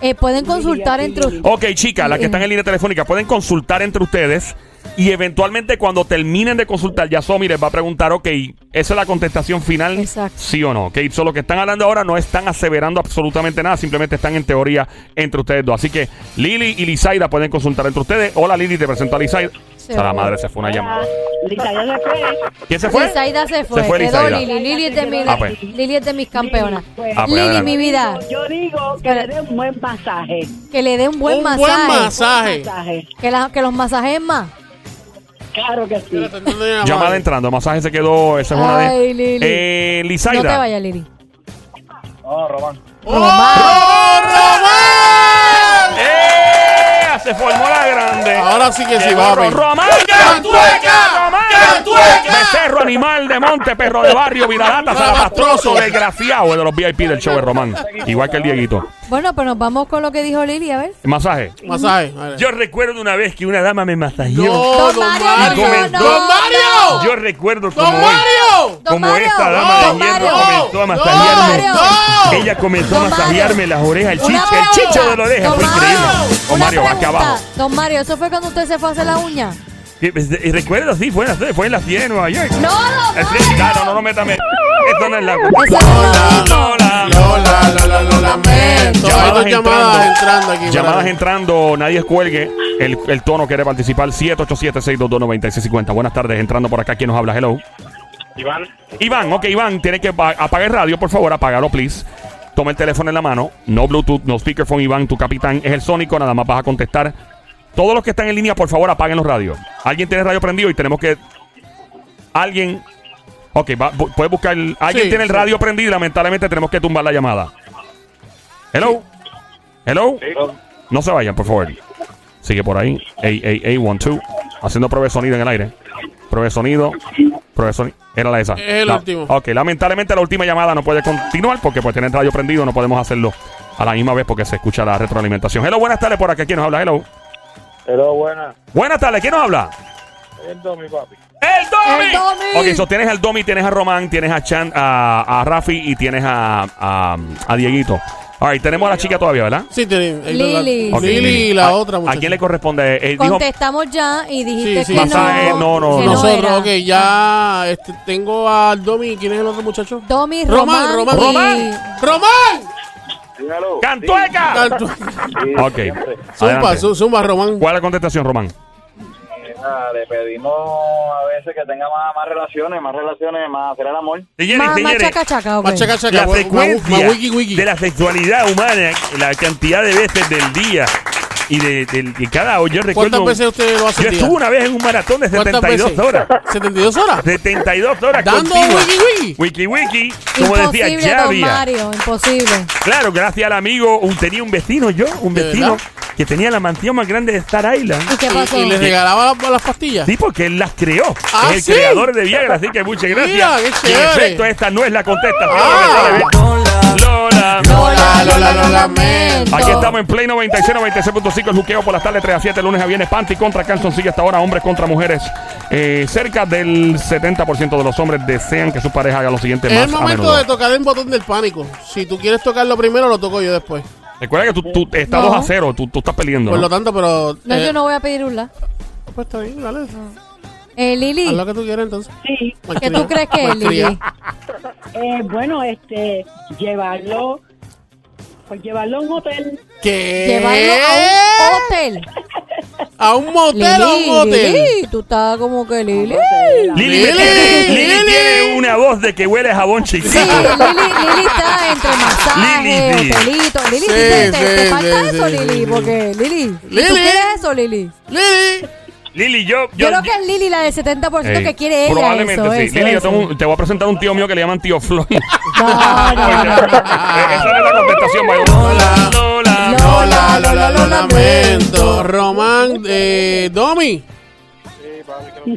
[SPEAKER 3] Eh, pueden consultar entre ustedes.
[SPEAKER 2] Ok, chicas, las que están en línea telefónica pueden consultar entre ustedes y eventualmente cuando terminen de consultar, ya Somi les va a preguntar, ok, ¿esa es la contestación final?
[SPEAKER 3] Exacto.
[SPEAKER 2] Sí o no. Ok, solo que están hablando ahora no están aseverando absolutamente nada, simplemente están en teoría entre ustedes dos. Así que Lili y Lizaida pueden consultar entre ustedes. Hola Lili, te presento a Lizaida. A la madre se fue una llamada.
[SPEAKER 4] Lisaida se fue.
[SPEAKER 2] ¿Quién se fue?
[SPEAKER 3] Lizaida se fue.
[SPEAKER 2] Se fue
[SPEAKER 3] Quedó
[SPEAKER 2] Lizaida.
[SPEAKER 3] Lili. Lili es de mis,
[SPEAKER 2] Ah, pues.
[SPEAKER 3] Lili es de mis campeonas.
[SPEAKER 2] Ah, pues,
[SPEAKER 3] Lili,
[SPEAKER 2] dale.
[SPEAKER 3] mi vida,
[SPEAKER 4] Yo digo que le dé un buen pasaje.
[SPEAKER 3] que le dé un buen
[SPEAKER 5] Un
[SPEAKER 3] masaje.
[SPEAKER 5] buen masaje.
[SPEAKER 4] Pasaje.
[SPEAKER 3] Que, la- que los masajes más.
[SPEAKER 4] Claro que sí.
[SPEAKER 5] Espérate, no tenía la
[SPEAKER 2] Llamada
[SPEAKER 5] madre.
[SPEAKER 2] entrando, masaje se quedó, esa es una de...
[SPEAKER 3] Ay, Lili.
[SPEAKER 2] Eh,
[SPEAKER 3] No
[SPEAKER 2] Lizaida.
[SPEAKER 3] te vayas, Lili.
[SPEAKER 8] No, Román.
[SPEAKER 5] ¡Oh, Román!
[SPEAKER 2] ¡Eh! Se formó la grande.
[SPEAKER 5] Ahora sí que sí,
[SPEAKER 2] Llegó
[SPEAKER 5] papi.
[SPEAKER 2] Ro- Román.
[SPEAKER 5] ¡Cantueca!
[SPEAKER 2] Román. Becerro, animal de monte, perro de barrio, viralata, zarapastroso, desgraciado de los VIP del show de Román. Igual que el Dieguito.
[SPEAKER 3] Bueno, pues nos vamos con lo que dijo Lili, a ver.
[SPEAKER 2] Masaje.
[SPEAKER 5] Masaje. vale.
[SPEAKER 4] Yo recuerdo una vez que una dama me masajeó.
[SPEAKER 5] No,
[SPEAKER 3] Don
[SPEAKER 5] don
[SPEAKER 3] Mario,
[SPEAKER 5] Mario.
[SPEAKER 4] no, no,
[SPEAKER 5] Don Mario.
[SPEAKER 4] Yo recuerdo como
[SPEAKER 5] Don
[SPEAKER 4] hoy,
[SPEAKER 5] Mario.
[SPEAKER 3] Don
[SPEAKER 4] como
[SPEAKER 3] Mario,
[SPEAKER 4] esta
[SPEAKER 5] Don
[SPEAKER 4] dama de hierro
[SPEAKER 5] Mario,
[SPEAKER 4] comenzó a
[SPEAKER 5] no,
[SPEAKER 4] masajearme.
[SPEAKER 5] no.
[SPEAKER 4] Ella comenzó
[SPEAKER 3] Don
[SPEAKER 4] a masajearme las orejas, el
[SPEAKER 3] Una
[SPEAKER 4] chiche, el
[SPEAKER 3] pregunta.
[SPEAKER 4] chicho de la oreja,
[SPEAKER 3] Don
[SPEAKER 4] fue increíble.
[SPEAKER 3] Mario,
[SPEAKER 2] Don
[SPEAKER 3] una
[SPEAKER 2] Mario, acá
[SPEAKER 3] pregunta.
[SPEAKER 2] abajo.
[SPEAKER 3] Don Mario, ¿eso fue cuando usted se fue a hacer la uña?
[SPEAKER 4] Que, pues, eh, Recuerdo, sí, fue en la, fue en la fiesta de Nueva York.
[SPEAKER 3] No, don
[SPEAKER 4] Eh, sí,
[SPEAKER 2] ah,
[SPEAKER 3] Mario.
[SPEAKER 4] claro, no lo metas. me- Esto no es la.
[SPEAKER 3] Eso no es lo mismo.
[SPEAKER 4] Lola.
[SPEAKER 5] Lola, Lola, lo lamento. Hay
[SPEAKER 2] Llamadas
[SPEAKER 5] dos llamadas
[SPEAKER 2] entrando.
[SPEAKER 5] entrando aquí.
[SPEAKER 2] Llamadas
[SPEAKER 5] espérate.
[SPEAKER 2] entrando, nadie escuelgue. El, el tono quiere participar. 787-622-9650. Buenas tardes, entrando por acá. ¿Quién nos habla? Hello.
[SPEAKER 1] Iván.
[SPEAKER 2] Iván, ok, Iván, tiene que pa- apagar el radio, por favor, apágalo, please. Toma el teléfono en la mano. No Bluetooth, no speakerphone, Iván, tu capitán es el Sónico, nada más vas a contestar. Todos los que están en línea, por favor, apaguen los radios. Alguien tiene el radio prendido y tenemos que. Alguien. Ok, va- bu- puedes buscar. el- Alguien
[SPEAKER 5] Sí,
[SPEAKER 2] tiene el
[SPEAKER 5] sí.
[SPEAKER 2] radio prendido y lamentablemente tenemos que tumbar la llamada. Hello. Hello. No se vayan, por favor. Sigue por ahí. A, A, A, 1, 2. Haciendo prueba de sonido en el aire. Prueba de sonido. Prueba de sonido. Era la de esa.
[SPEAKER 5] Es el
[SPEAKER 2] No.
[SPEAKER 5] último.
[SPEAKER 2] Ok, lamentablemente la última llamada no puede continuar porque pues tienen radio prendido. No podemos hacerlo a la misma vez porque se escucha la retroalimentación. Hello, buenas tardes por acá. ¿Quién nos habla? Hello.
[SPEAKER 1] Pero buena.
[SPEAKER 2] Buenas tardes. ¿Quién nos habla?
[SPEAKER 1] Viendo mi papi.
[SPEAKER 2] ¡El Domi!
[SPEAKER 3] ¡El Domi!
[SPEAKER 2] Ok, so tienes al Domi, tienes a Román, tienes a Chan, a, a Rafi y tienes a, a, a Dieguito. All right, tenemos a la chica todavía, ¿verdad?
[SPEAKER 5] Sí, tiene. hay dos-
[SPEAKER 3] Lili.
[SPEAKER 2] Ok,
[SPEAKER 5] Lili y la
[SPEAKER 2] ¿A-
[SPEAKER 5] otra muchacha.
[SPEAKER 2] ¿A quién le corresponde? Eh, dijo-
[SPEAKER 3] Contestamos ya y dijiste
[SPEAKER 5] Sí, eh, sí.
[SPEAKER 3] que
[SPEAKER 2] Masaje,
[SPEAKER 3] no.
[SPEAKER 2] no, no,
[SPEAKER 3] que
[SPEAKER 2] no.
[SPEAKER 5] Nosotros,
[SPEAKER 3] era.
[SPEAKER 5] ok, ya este, tengo al Domi. ¿Quién es el otro muchacho?
[SPEAKER 3] Domi,
[SPEAKER 5] Román,
[SPEAKER 3] Román,
[SPEAKER 5] Román.
[SPEAKER 3] y-
[SPEAKER 5] Román. ¡Román!
[SPEAKER 1] Dígalo.
[SPEAKER 2] ¡Cantueca!
[SPEAKER 5] Tanto-
[SPEAKER 2] Ok.
[SPEAKER 5] Zumba,
[SPEAKER 2] adelante.
[SPEAKER 5] zu- zumba, Román.
[SPEAKER 2] ¿Cuál es la contestación, Román?
[SPEAKER 1] le pedimos a veces que tenga más, más relaciones, más relaciones, más hacer el amor.
[SPEAKER 4] Señores,
[SPEAKER 3] Ma-
[SPEAKER 4] señores,
[SPEAKER 3] Machaca, chaca, ok.
[SPEAKER 5] Machaca, chaca,
[SPEAKER 4] la
[SPEAKER 5] ma- ma-
[SPEAKER 4] frecuencia
[SPEAKER 5] ma- wiki, wiki.
[SPEAKER 4] de la sexualidad humana, la cantidad de veces del día y de, del- de cada yo recuerdo.
[SPEAKER 5] ¿Cuántas veces usted lo hace
[SPEAKER 4] yo
[SPEAKER 5] al día?
[SPEAKER 4] estuve una vez en un maratón de
[SPEAKER 5] ¿Cuántas
[SPEAKER 4] 72
[SPEAKER 5] veces?
[SPEAKER 4] horas.
[SPEAKER 5] 72 horas.
[SPEAKER 4] 72 horas
[SPEAKER 5] Dando
[SPEAKER 4] continuas.
[SPEAKER 5] wiki,
[SPEAKER 4] Wiki wiki, como
[SPEAKER 3] Imposible,
[SPEAKER 4] decía Xavi.
[SPEAKER 3] don Mario, imposible.
[SPEAKER 4] Claro, gracias al amigo, un- tenía un vecino yo, un
[SPEAKER 5] ¿De
[SPEAKER 4] vecino
[SPEAKER 5] verdad?
[SPEAKER 4] que tenía la mansión más grande de Star
[SPEAKER 3] ¿Y
[SPEAKER 4] Island.
[SPEAKER 3] qué pasó?
[SPEAKER 5] Y, y le regalaba las, las pastillas.
[SPEAKER 4] Sí, porque él las creó.
[SPEAKER 5] ¿Ah,
[SPEAKER 4] es el
[SPEAKER 5] sí?
[SPEAKER 4] creador de Viagra, así que muchas gracias.
[SPEAKER 5] Mira, qué
[SPEAKER 4] y en
[SPEAKER 5] chévere.
[SPEAKER 4] efecto, esta no es la contestación.
[SPEAKER 5] Ah.
[SPEAKER 4] Lola.
[SPEAKER 5] Lola, Lola, lo lamento.
[SPEAKER 2] Aquí estamos en Play 96, 96.5, el juqueo por las tardes 3 a 7, lunes a viernes, panty contra calzoncillo hasta ahora, hombres contra mujeres. Eh, cerca del 70% de los hombres desean que su pareja haga lo siguiente
[SPEAKER 5] Es el
[SPEAKER 2] más a
[SPEAKER 5] momento
[SPEAKER 2] menudo.
[SPEAKER 5] de tocar el botón del pánico. Si tú quieres tocarlo primero, lo toco yo después.
[SPEAKER 2] Recuerda que tú, tú estás
[SPEAKER 3] No.
[SPEAKER 2] 2 a 0, tú, tú estás peleando.
[SPEAKER 5] Por
[SPEAKER 2] ¿no?
[SPEAKER 5] lo tanto, pero.
[SPEAKER 3] No,
[SPEAKER 5] eh,
[SPEAKER 3] yo no voy a pedir una.
[SPEAKER 5] Pues está bien, dale.
[SPEAKER 3] Eh, Lili,
[SPEAKER 5] Haz lo que tú quieras entonces.
[SPEAKER 6] Sí.
[SPEAKER 3] ¿qué
[SPEAKER 5] Malcriada.
[SPEAKER 3] tú crees que es,
[SPEAKER 5] Malcriada.
[SPEAKER 3] Lili?
[SPEAKER 6] Eh, bueno, este, llevarlo, pues llevarlo a un hotel.
[SPEAKER 5] ¿Qué?
[SPEAKER 3] Llevarlo a un hotel.
[SPEAKER 5] ¿A un motel o a un
[SPEAKER 3] Lili,
[SPEAKER 5] hotel?
[SPEAKER 3] Lili, tú estás como que Lili.
[SPEAKER 4] Lili,
[SPEAKER 5] Lili,
[SPEAKER 4] Lili
[SPEAKER 5] Lili.
[SPEAKER 4] tiene una voz de que huele a jabón chiquito.
[SPEAKER 3] Sí, Lili, Lili está entre masaje,
[SPEAKER 4] Lili, sí.
[SPEAKER 3] hotelito. Lili,
[SPEAKER 5] Sí,
[SPEAKER 3] te, te- te
[SPEAKER 5] sí,
[SPEAKER 3] falta
[SPEAKER 5] sí,
[SPEAKER 3] eso,
[SPEAKER 5] sí,
[SPEAKER 3] Lili,
[SPEAKER 5] sí,
[SPEAKER 3] porque Lili, ¿y
[SPEAKER 5] Lili.
[SPEAKER 3] ¿tú quieres eso, Lili?
[SPEAKER 5] Lili.
[SPEAKER 4] Lili, yo,
[SPEAKER 3] Yo,
[SPEAKER 4] yo,
[SPEAKER 3] creo que es Lili la del 70%
[SPEAKER 2] Ey,
[SPEAKER 3] Pues que quiere ella.
[SPEAKER 2] Probablemente
[SPEAKER 3] eso,
[SPEAKER 2] sí.
[SPEAKER 3] eso,
[SPEAKER 2] Lili,
[SPEAKER 3] eso.
[SPEAKER 2] yo
[SPEAKER 3] Ah,
[SPEAKER 2] tengo un- te voy a presentar un tío mío que le llaman tío Floyd.
[SPEAKER 3] No,
[SPEAKER 2] Porque-
[SPEAKER 3] no, no, no.
[SPEAKER 2] Eh, Esa es la contestación, vaya.
[SPEAKER 5] Lola.
[SPEAKER 4] Lola.
[SPEAKER 5] Lola, Lola, lo lamento. Román, eh, Domi. Y.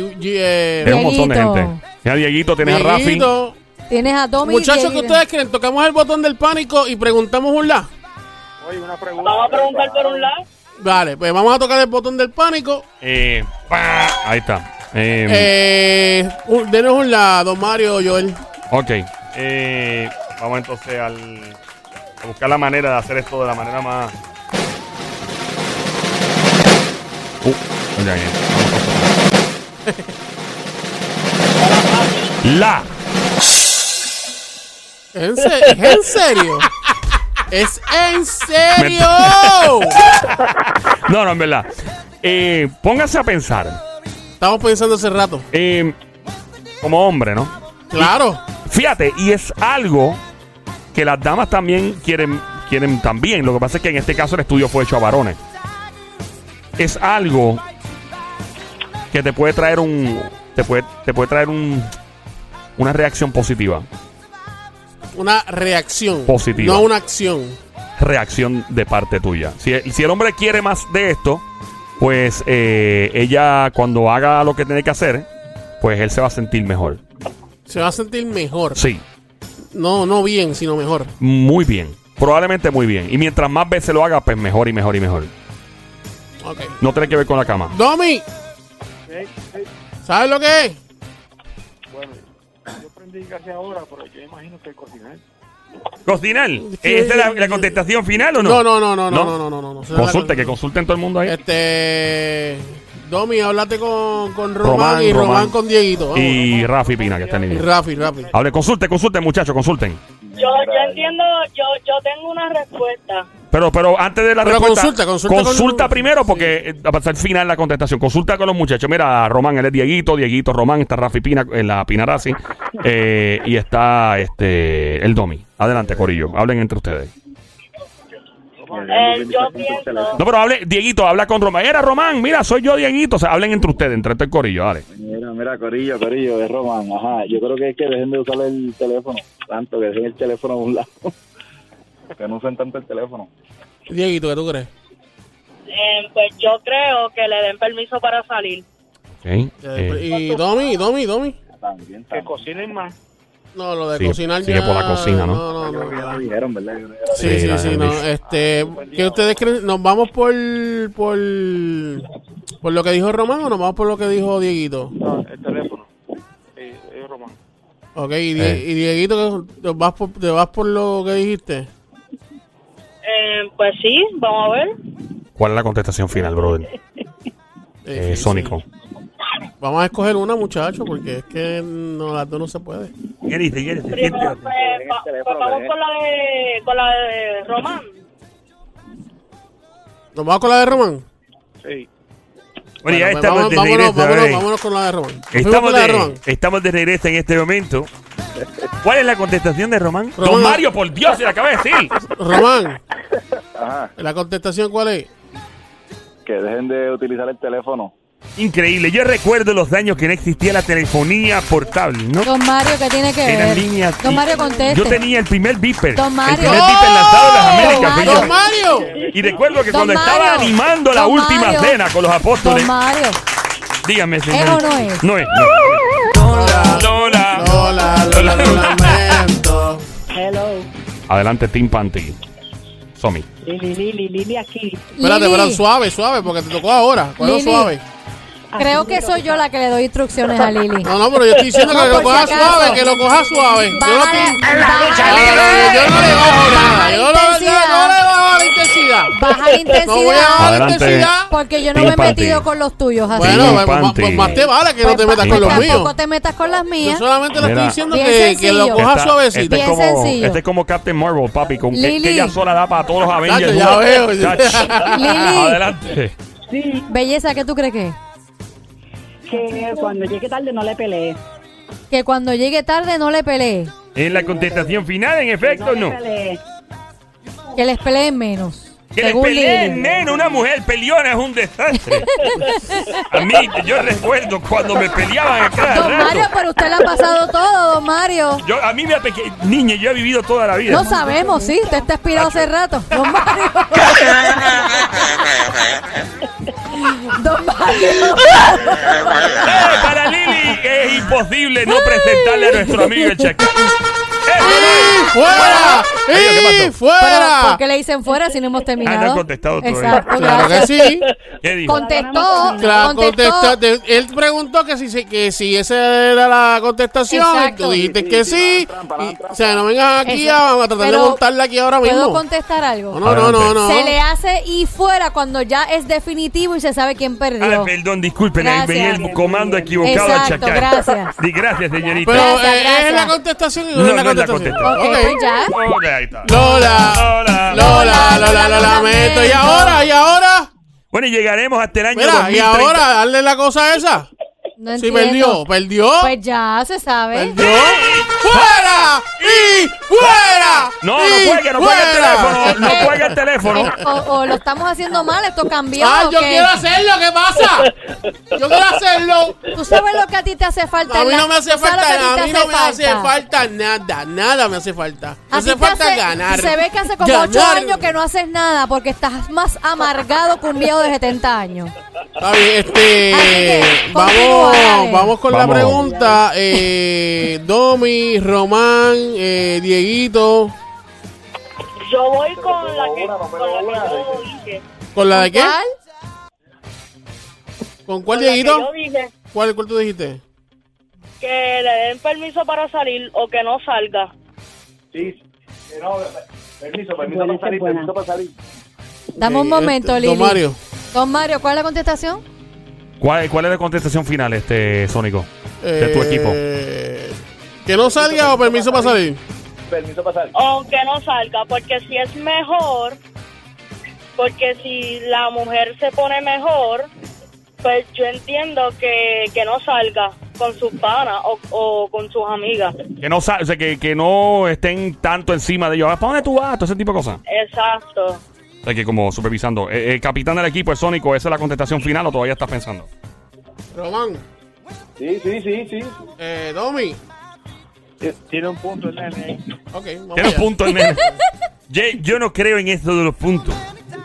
[SPEAKER 5] y,
[SPEAKER 2] Es
[SPEAKER 5] Eh,
[SPEAKER 2] un montón de
[SPEAKER 3] Dieguito.
[SPEAKER 2] gente. Mira, Dieguito, tienes a Rafi.
[SPEAKER 5] Dieguito.
[SPEAKER 3] Tienes a Domi. y
[SPEAKER 5] Muchachos, ¿qué
[SPEAKER 3] Dieguito.
[SPEAKER 5] ustedes creen? Tocamos el botón del pánico y preguntamos un la.
[SPEAKER 1] Oye, una pregunta.
[SPEAKER 6] Vamos a preguntar por un lado.
[SPEAKER 5] Vale, pues vamos a tocar el botón del pánico.
[SPEAKER 2] Eh, pa, ahí está. Eh,
[SPEAKER 5] Eh, un- denos un la, don Mario Joel.
[SPEAKER 2] Ok. Eh, vamos entonces al, a buscar la manera de hacer esto de la manera más. Uh, oye, ahí. La.
[SPEAKER 5] ¿En, se- es en serio? ¡Es en serio!
[SPEAKER 2] No, no, en verdad. Eh, póngase a pensar.
[SPEAKER 5] Estamos pensando hace rato.
[SPEAKER 2] Eh, como hombre, ¿no?
[SPEAKER 5] Claro.
[SPEAKER 2] Fíjate, y es algo que las damas también quieren, quieren también. Lo que pasa es que en este caso el estudio fue hecho a varones. Es algo que te puede traer un. Te puede, te puede traer un. Una reacción positiva.
[SPEAKER 5] Una reacción.
[SPEAKER 2] Positiva.
[SPEAKER 5] No una acción.
[SPEAKER 2] Reacción de parte tuya. Si, si el hombre quiere más de esto, pues eh, ella cuando haga lo que tiene que hacer, pues él se va a sentir mejor.
[SPEAKER 5] Se va a sentir mejor.
[SPEAKER 2] Sí,
[SPEAKER 5] No, no bien, sino mejor.
[SPEAKER 2] muy bien. Probablemente muy bien. Y mientras más veces lo haga, pues mejor y mejor y mejor.
[SPEAKER 5] Ok.
[SPEAKER 2] No tiene que ver con la cama.
[SPEAKER 5] Domi, ¿sabes lo que es?
[SPEAKER 9] Bueno, yo aprendí casi ahora, pero yo imagino que cocinar.
[SPEAKER 2] ¿Cocinar? ¿Esa es la, la contestación final o no?
[SPEAKER 5] No, no, no, no, no,
[SPEAKER 2] ¿No?
[SPEAKER 5] no, no, Eh, no. no, no.
[SPEAKER 2] Consulte, que consulten todo el mundo ahí.
[SPEAKER 5] Este. Domi, háblate con, con Román,
[SPEAKER 2] Román,
[SPEAKER 5] y Román,
[SPEAKER 2] Román.
[SPEAKER 5] con Dieguito. vamos.
[SPEAKER 2] Y Rafi Pina, que está en
[SPEAKER 5] Y
[SPEAKER 2] línea.
[SPEAKER 5] Rafi, Rafi.
[SPEAKER 2] Hable, consulten, consulten, muchachos, consulten.
[SPEAKER 6] Yo, yo entiendo, yo, yo tengo una respuesta.
[SPEAKER 2] Pero, pero antes de la
[SPEAKER 5] Pero
[SPEAKER 2] respuesta,
[SPEAKER 5] consulta, consulta con-
[SPEAKER 2] primero porque eh, va a pasar final la contestación. Consulta con los muchachos. Mira, Román, él es Dieguito, Dieguito, Román, está Rafi Pina en la Pinarasi eh, y está este el Domi. Adelante, Corillo, hablen entre ustedes.
[SPEAKER 6] Eh, yo pienso,
[SPEAKER 2] No, pero hable, Dieguito, habla con Román. Era Román, mira, soy yo, Dieguito. O sea, hablen entre ustedes, entre todo el Corillo, dale.
[SPEAKER 1] Mira, mira, Corillo, Corillo, es Román. Ajá, yo creo que es que dejen de usar el teléfono. Tanto que dejen el teléfono a un lado. que no usen tanto el teléfono.
[SPEAKER 5] Dieguito, ¿qué tú crees?
[SPEAKER 6] eh, pues yo creo que le den permiso para salir.
[SPEAKER 2] Ok, eh,
[SPEAKER 5] Y Domi, Domi, Domi.
[SPEAKER 1] También,
[SPEAKER 9] Que
[SPEAKER 1] también.
[SPEAKER 9] cocinen más.
[SPEAKER 5] No, lo de
[SPEAKER 2] Sí,
[SPEAKER 5] cocinar
[SPEAKER 2] sigue
[SPEAKER 5] ya-
[SPEAKER 2] por la cocina, ¿no?
[SPEAKER 5] No, no, no.
[SPEAKER 1] Lo dijeron, ¿verdad? Yo creo que-
[SPEAKER 5] Sí,
[SPEAKER 2] Sí,
[SPEAKER 5] sí,
[SPEAKER 2] la
[SPEAKER 5] sí,
[SPEAKER 2] han
[SPEAKER 5] no.
[SPEAKER 2] dicho.
[SPEAKER 5] Este, ¿qué ustedes creen? ¿Nos vamos por, por, por lo que dijo Román o nos vamos por lo que dijo Dieguito?
[SPEAKER 9] No, el teléfono. Sí, es Román.
[SPEAKER 5] Ok, y, Die-
[SPEAKER 2] Eh.
[SPEAKER 5] y Dieguito, ¿qué- ¿te vas, por, ¿te vas por lo que dijiste?
[SPEAKER 6] Eh, pues sí, vamos a ver.
[SPEAKER 2] ¿Cuál es la contestación final, brother? Eh,
[SPEAKER 5] Sí, sí.
[SPEAKER 2] Sónico.
[SPEAKER 5] Vamos a escoger una, muchacho, porque es que no, las dos no se puede.
[SPEAKER 4] ¿Qué dice? ¿Qué dice? ¿Qué
[SPEAKER 6] Primero,
[SPEAKER 4] dice?
[SPEAKER 6] pues, va- pues vamos con la de, con la de Román.
[SPEAKER 5] ¿Nos vamos con la de Román?
[SPEAKER 9] Sí.
[SPEAKER 4] Bueno,
[SPEAKER 5] Bueno,
[SPEAKER 4] ya
[SPEAKER 5] pues
[SPEAKER 4] estamos
[SPEAKER 5] vamos-
[SPEAKER 4] de
[SPEAKER 5] vámonos,
[SPEAKER 4] regreso.
[SPEAKER 5] vámonos,
[SPEAKER 4] eh.
[SPEAKER 5] vámonos con la de Román. Nos fuimos
[SPEAKER 4] Estamos
[SPEAKER 5] con la de Román.
[SPEAKER 4] de, estamos de regreso en este momento. ¿Cuál es la contestación de Román?
[SPEAKER 5] Román.
[SPEAKER 2] Don Mario, por Dios, se la acaba de decir.
[SPEAKER 5] Román,
[SPEAKER 1] Ajá,
[SPEAKER 5] ¿la contestación cuál es?
[SPEAKER 1] que dejen de utilizar el teléfono.
[SPEAKER 4] Increíble. Yo recuerdo los años que no existía la telefonía portable, ¿no?
[SPEAKER 3] Don Mario, ¿qué tiene que
[SPEAKER 4] Eran
[SPEAKER 3] ver?
[SPEAKER 4] líneas.
[SPEAKER 3] Don Mario, conteste.
[SPEAKER 4] Yo tenía el primer beeper.
[SPEAKER 3] Don Mario.
[SPEAKER 4] El primer beeper lanzado en las Américas. fui yo.
[SPEAKER 5] Oh, ¡Don Mario!
[SPEAKER 4] Y recuerdo que
[SPEAKER 3] Don
[SPEAKER 4] cuando estaba
[SPEAKER 3] Mario.
[SPEAKER 4] animando la
[SPEAKER 3] Don
[SPEAKER 4] última
[SPEAKER 3] Mario.
[SPEAKER 4] cena con los apóstoles.
[SPEAKER 3] Don Mario.
[SPEAKER 4] Dígame, señor.
[SPEAKER 3] o no es?
[SPEAKER 4] No es.
[SPEAKER 5] Lola,
[SPEAKER 4] Lola.
[SPEAKER 5] Lola, Lola, lo lamento.
[SPEAKER 10] Hello.
[SPEAKER 2] Adelante, Team Panty. Somi.
[SPEAKER 10] Lili, Lili, Lili aquí.
[SPEAKER 5] Espérate,
[SPEAKER 3] Lili,
[SPEAKER 5] espérate, suave, suave, porque te tocó ahora. Cuidado
[SPEAKER 3] Lili.
[SPEAKER 5] suave.
[SPEAKER 3] Creo que soy yo la que le doy instrucciones a Lili.
[SPEAKER 5] No, no, pero yo estoy diciendo
[SPEAKER 3] No,
[SPEAKER 5] que lo
[SPEAKER 3] por si
[SPEAKER 5] coja
[SPEAKER 3] acaso.
[SPEAKER 5] suave, que lo coja suave. Yo no
[SPEAKER 3] Bájale-
[SPEAKER 5] estoy-
[SPEAKER 3] bájale-
[SPEAKER 5] No, no, no, yo no le bajo nada. Yo no, yo no le
[SPEAKER 3] intensidad.
[SPEAKER 5] bajo la intensidad.
[SPEAKER 3] Baja la
[SPEAKER 5] No voy a
[SPEAKER 3] intensidad.
[SPEAKER 5] bajar la
[SPEAKER 2] Adelante.
[SPEAKER 5] intensidad.
[SPEAKER 3] Porque yo no
[SPEAKER 2] Team
[SPEAKER 3] me he
[SPEAKER 2] Panty.
[SPEAKER 3] metido con los tuyos así.
[SPEAKER 5] Bueno,
[SPEAKER 2] Team
[SPEAKER 5] pues, ma-
[SPEAKER 2] Panty.
[SPEAKER 5] pues más te vale que no te
[SPEAKER 3] Pues,
[SPEAKER 5] metas
[SPEAKER 3] pa-
[SPEAKER 5] con los
[SPEAKER 2] Panty.
[SPEAKER 5] míos.
[SPEAKER 3] Tampoco te metas con las
[SPEAKER 5] Yo
[SPEAKER 3] mías.
[SPEAKER 5] solamente le estoy
[SPEAKER 2] Mira.
[SPEAKER 5] diciendo
[SPEAKER 3] Bien
[SPEAKER 5] que, que lo
[SPEAKER 3] sencillo.
[SPEAKER 5] coja
[SPEAKER 2] Esta-
[SPEAKER 5] suavecito.
[SPEAKER 2] Este es,
[SPEAKER 3] Bien
[SPEAKER 2] como,
[SPEAKER 3] sencillo.
[SPEAKER 2] este es como Captain Marvel, papi, con que,
[SPEAKER 3] Lili.
[SPEAKER 2] que ella sola da para todos los Avengers.
[SPEAKER 5] Chacho, ya veo.
[SPEAKER 2] Chacho.
[SPEAKER 3] Lili.
[SPEAKER 2] Adelante.
[SPEAKER 10] Sí,
[SPEAKER 3] Belleza, ¿qué tú crees que es?
[SPEAKER 10] que cuando llegue tarde no le peleé.
[SPEAKER 3] Que cuando llegue tarde no le pelee.
[SPEAKER 4] En la contestación final, en efecto,
[SPEAKER 10] le
[SPEAKER 4] no.
[SPEAKER 10] peleé.
[SPEAKER 3] Que les peleen menos.
[SPEAKER 4] Que le
[SPEAKER 3] según
[SPEAKER 4] peleen
[SPEAKER 3] Lili.
[SPEAKER 4] menos. Una mujer peleona es un desastre. A mí, que yo recuerdo cuando me peleaban a cada
[SPEAKER 3] Don
[SPEAKER 4] rato.
[SPEAKER 3] Mario, pero usted la ha pasado todo, don Mario.
[SPEAKER 4] Yo, a mí me apeque... Niña, yo he vivido toda la vida.
[SPEAKER 3] No sabemos, sí, usted está expirado hace rato. Don Mario. Don Mario.
[SPEAKER 4] ¡Eh, para Lili es imposible no presentarle a nuestro amigo el chacal. ¡Eh,
[SPEAKER 5] ¡Fuera!
[SPEAKER 4] ¿qué
[SPEAKER 5] ¡Y
[SPEAKER 4] pasó?
[SPEAKER 3] Pero,
[SPEAKER 5] fuera!
[SPEAKER 3] ¿por qué le dicen fuera si no hemos terminado?
[SPEAKER 4] Ah, no ha contestado todavía.
[SPEAKER 3] Exacto,
[SPEAKER 5] Claro que
[SPEAKER 3] gracias.
[SPEAKER 5] sí.
[SPEAKER 4] Lili! ¿Qué dijo?
[SPEAKER 3] Contestó,
[SPEAKER 5] Claro,
[SPEAKER 3] contestó.
[SPEAKER 5] contesta- de- él preguntó que si, se- que si esa era la contestación.
[SPEAKER 3] Exacto.
[SPEAKER 5] y Tú dijiste que sí. y- o sea, no vengas aquí a, a tratar
[SPEAKER 3] Pero,
[SPEAKER 5] de montarla aquí ahora
[SPEAKER 3] ¿Puedo
[SPEAKER 5] mismo.
[SPEAKER 3] contestar algo?
[SPEAKER 5] No, no, no, no. no.
[SPEAKER 3] Se le hace y fuera cuando ya es definitivo y se sabe quién
[SPEAKER 4] Ah,
[SPEAKER 3] perdió.
[SPEAKER 4] perdón, disculpen, ahí venía
[SPEAKER 3] Gracias.
[SPEAKER 4] el comando equivocado al
[SPEAKER 3] Exacto,
[SPEAKER 4] chacal.
[SPEAKER 3] gracias.
[SPEAKER 4] Di gracias, señorita.
[SPEAKER 5] Pero
[SPEAKER 3] Gracias,
[SPEAKER 5] eh,
[SPEAKER 3] gracias.
[SPEAKER 5] es la contestación y no,
[SPEAKER 4] No,
[SPEAKER 5] es la
[SPEAKER 4] no es la
[SPEAKER 5] contestación.
[SPEAKER 3] ok, pues
[SPEAKER 5] Ok.
[SPEAKER 3] ya.
[SPEAKER 4] Ok, ahí está.
[SPEAKER 5] Lola,
[SPEAKER 4] Hola.
[SPEAKER 5] Lola, Lola, lo
[SPEAKER 3] Lola,
[SPEAKER 5] lamento. Y
[SPEAKER 3] lamento.
[SPEAKER 5] ahora, y ahora.
[SPEAKER 4] Bueno, y llegaremos hasta el año
[SPEAKER 5] Mira,
[SPEAKER 4] 2030.
[SPEAKER 5] y ahora, darle la cosa esa.
[SPEAKER 3] No
[SPEAKER 5] Si
[SPEAKER 3] entiendo.
[SPEAKER 5] perdió, perdió.
[SPEAKER 3] Pues ya se sabe.
[SPEAKER 5] Perdió. ¡Fuera! ¡Y fuera!
[SPEAKER 4] No, no
[SPEAKER 5] ¡Y
[SPEAKER 4] juegue, no juegue el
[SPEAKER 5] fuera!
[SPEAKER 4] teléfono. No
[SPEAKER 3] Eh,
[SPEAKER 4] juegue el teléfono.
[SPEAKER 3] eh, o, o lo estamos haciendo mal, esto cambió.
[SPEAKER 5] ¡Ay, Ah, yo
[SPEAKER 3] ¿o qué?
[SPEAKER 5] quiero hacerlo! ¿Qué pasa? ¡Yo quiero hacerlo!
[SPEAKER 3] Tú sabes lo que a ti te hace falta.
[SPEAKER 5] A mí
[SPEAKER 3] en la-
[SPEAKER 5] no me hace
[SPEAKER 3] tú sabes lo que
[SPEAKER 5] falta,
[SPEAKER 3] ti
[SPEAKER 5] a
[SPEAKER 3] te
[SPEAKER 5] mí no me hace falta nada, nada me hace falta. Me
[SPEAKER 3] A ti
[SPEAKER 5] hace
[SPEAKER 3] te
[SPEAKER 5] falta
[SPEAKER 3] hace-
[SPEAKER 5] ganar.
[SPEAKER 3] Se ve que hace como ocho
[SPEAKER 5] Ganar.
[SPEAKER 3] años que no haces nada porque estás más amargado que un viejo de 70 años.
[SPEAKER 5] Está bien, este.
[SPEAKER 3] Así que,
[SPEAKER 5] Vamos,
[SPEAKER 3] continúa, dale.
[SPEAKER 5] vamos con la
[SPEAKER 2] Vamos.
[SPEAKER 5] pregunta. Eh, Domi, Román, eh, Dieguito.
[SPEAKER 6] Yo voy con la que, con la que yo dije.
[SPEAKER 5] ¿Con la de qué?
[SPEAKER 3] ¿Cuál?
[SPEAKER 5] ¿Con
[SPEAKER 6] Con
[SPEAKER 5] cuál,
[SPEAKER 6] la que yo
[SPEAKER 5] Dieguito?
[SPEAKER 6] dije
[SPEAKER 5] ¿Cuál, cuál tú dijiste?
[SPEAKER 6] que le den permiso para salir o que no salga.
[SPEAKER 1] Sí, no, permiso,
[SPEAKER 10] permiso Buena, para
[SPEAKER 6] pues
[SPEAKER 10] salir, buena. permiso
[SPEAKER 1] para salir.
[SPEAKER 3] Dame un
[SPEAKER 5] Eh,
[SPEAKER 3] momento,
[SPEAKER 5] este,
[SPEAKER 3] Lili.
[SPEAKER 5] Don Mario.
[SPEAKER 3] Don Mario, ¿cuál es la contestación?
[SPEAKER 2] ¿Cuál, ¿Cuál es la contestación final, este Sónico? De tu
[SPEAKER 5] eh,
[SPEAKER 2] equipo.
[SPEAKER 5] ¿Que no salga o permiso para salir?
[SPEAKER 1] Permiso para salir.
[SPEAKER 6] O que no salga, porque si es mejor, porque si la mujer se pone mejor, pues yo entiendo que, que no salga con sus panas o, o con sus amigas.
[SPEAKER 2] Que no, sa- o sea, que, que no estén tanto encima de ellos. ¿Para dónde tú vas? Todo ese tipo de cosas.
[SPEAKER 6] Exacto.
[SPEAKER 2] O sea, que como supervisando. Eh, eh, capitán del equipo, el Sónico, ¿esa es la contestación final o todavía estás pensando?
[SPEAKER 5] Román,
[SPEAKER 1] Sí, sí, sí, sí.
[SPEAKER 5] eh, Domi.
[SPEAKER 9] Tiene un punto el nene.
[SPEAKER 5] Ok, vamos
[SPEAKER 2] Tiene un
[SPEAKER 5] allá.
[SPEAKER 2] punto, el nene. Yo, yo no creo en eso de los puntos.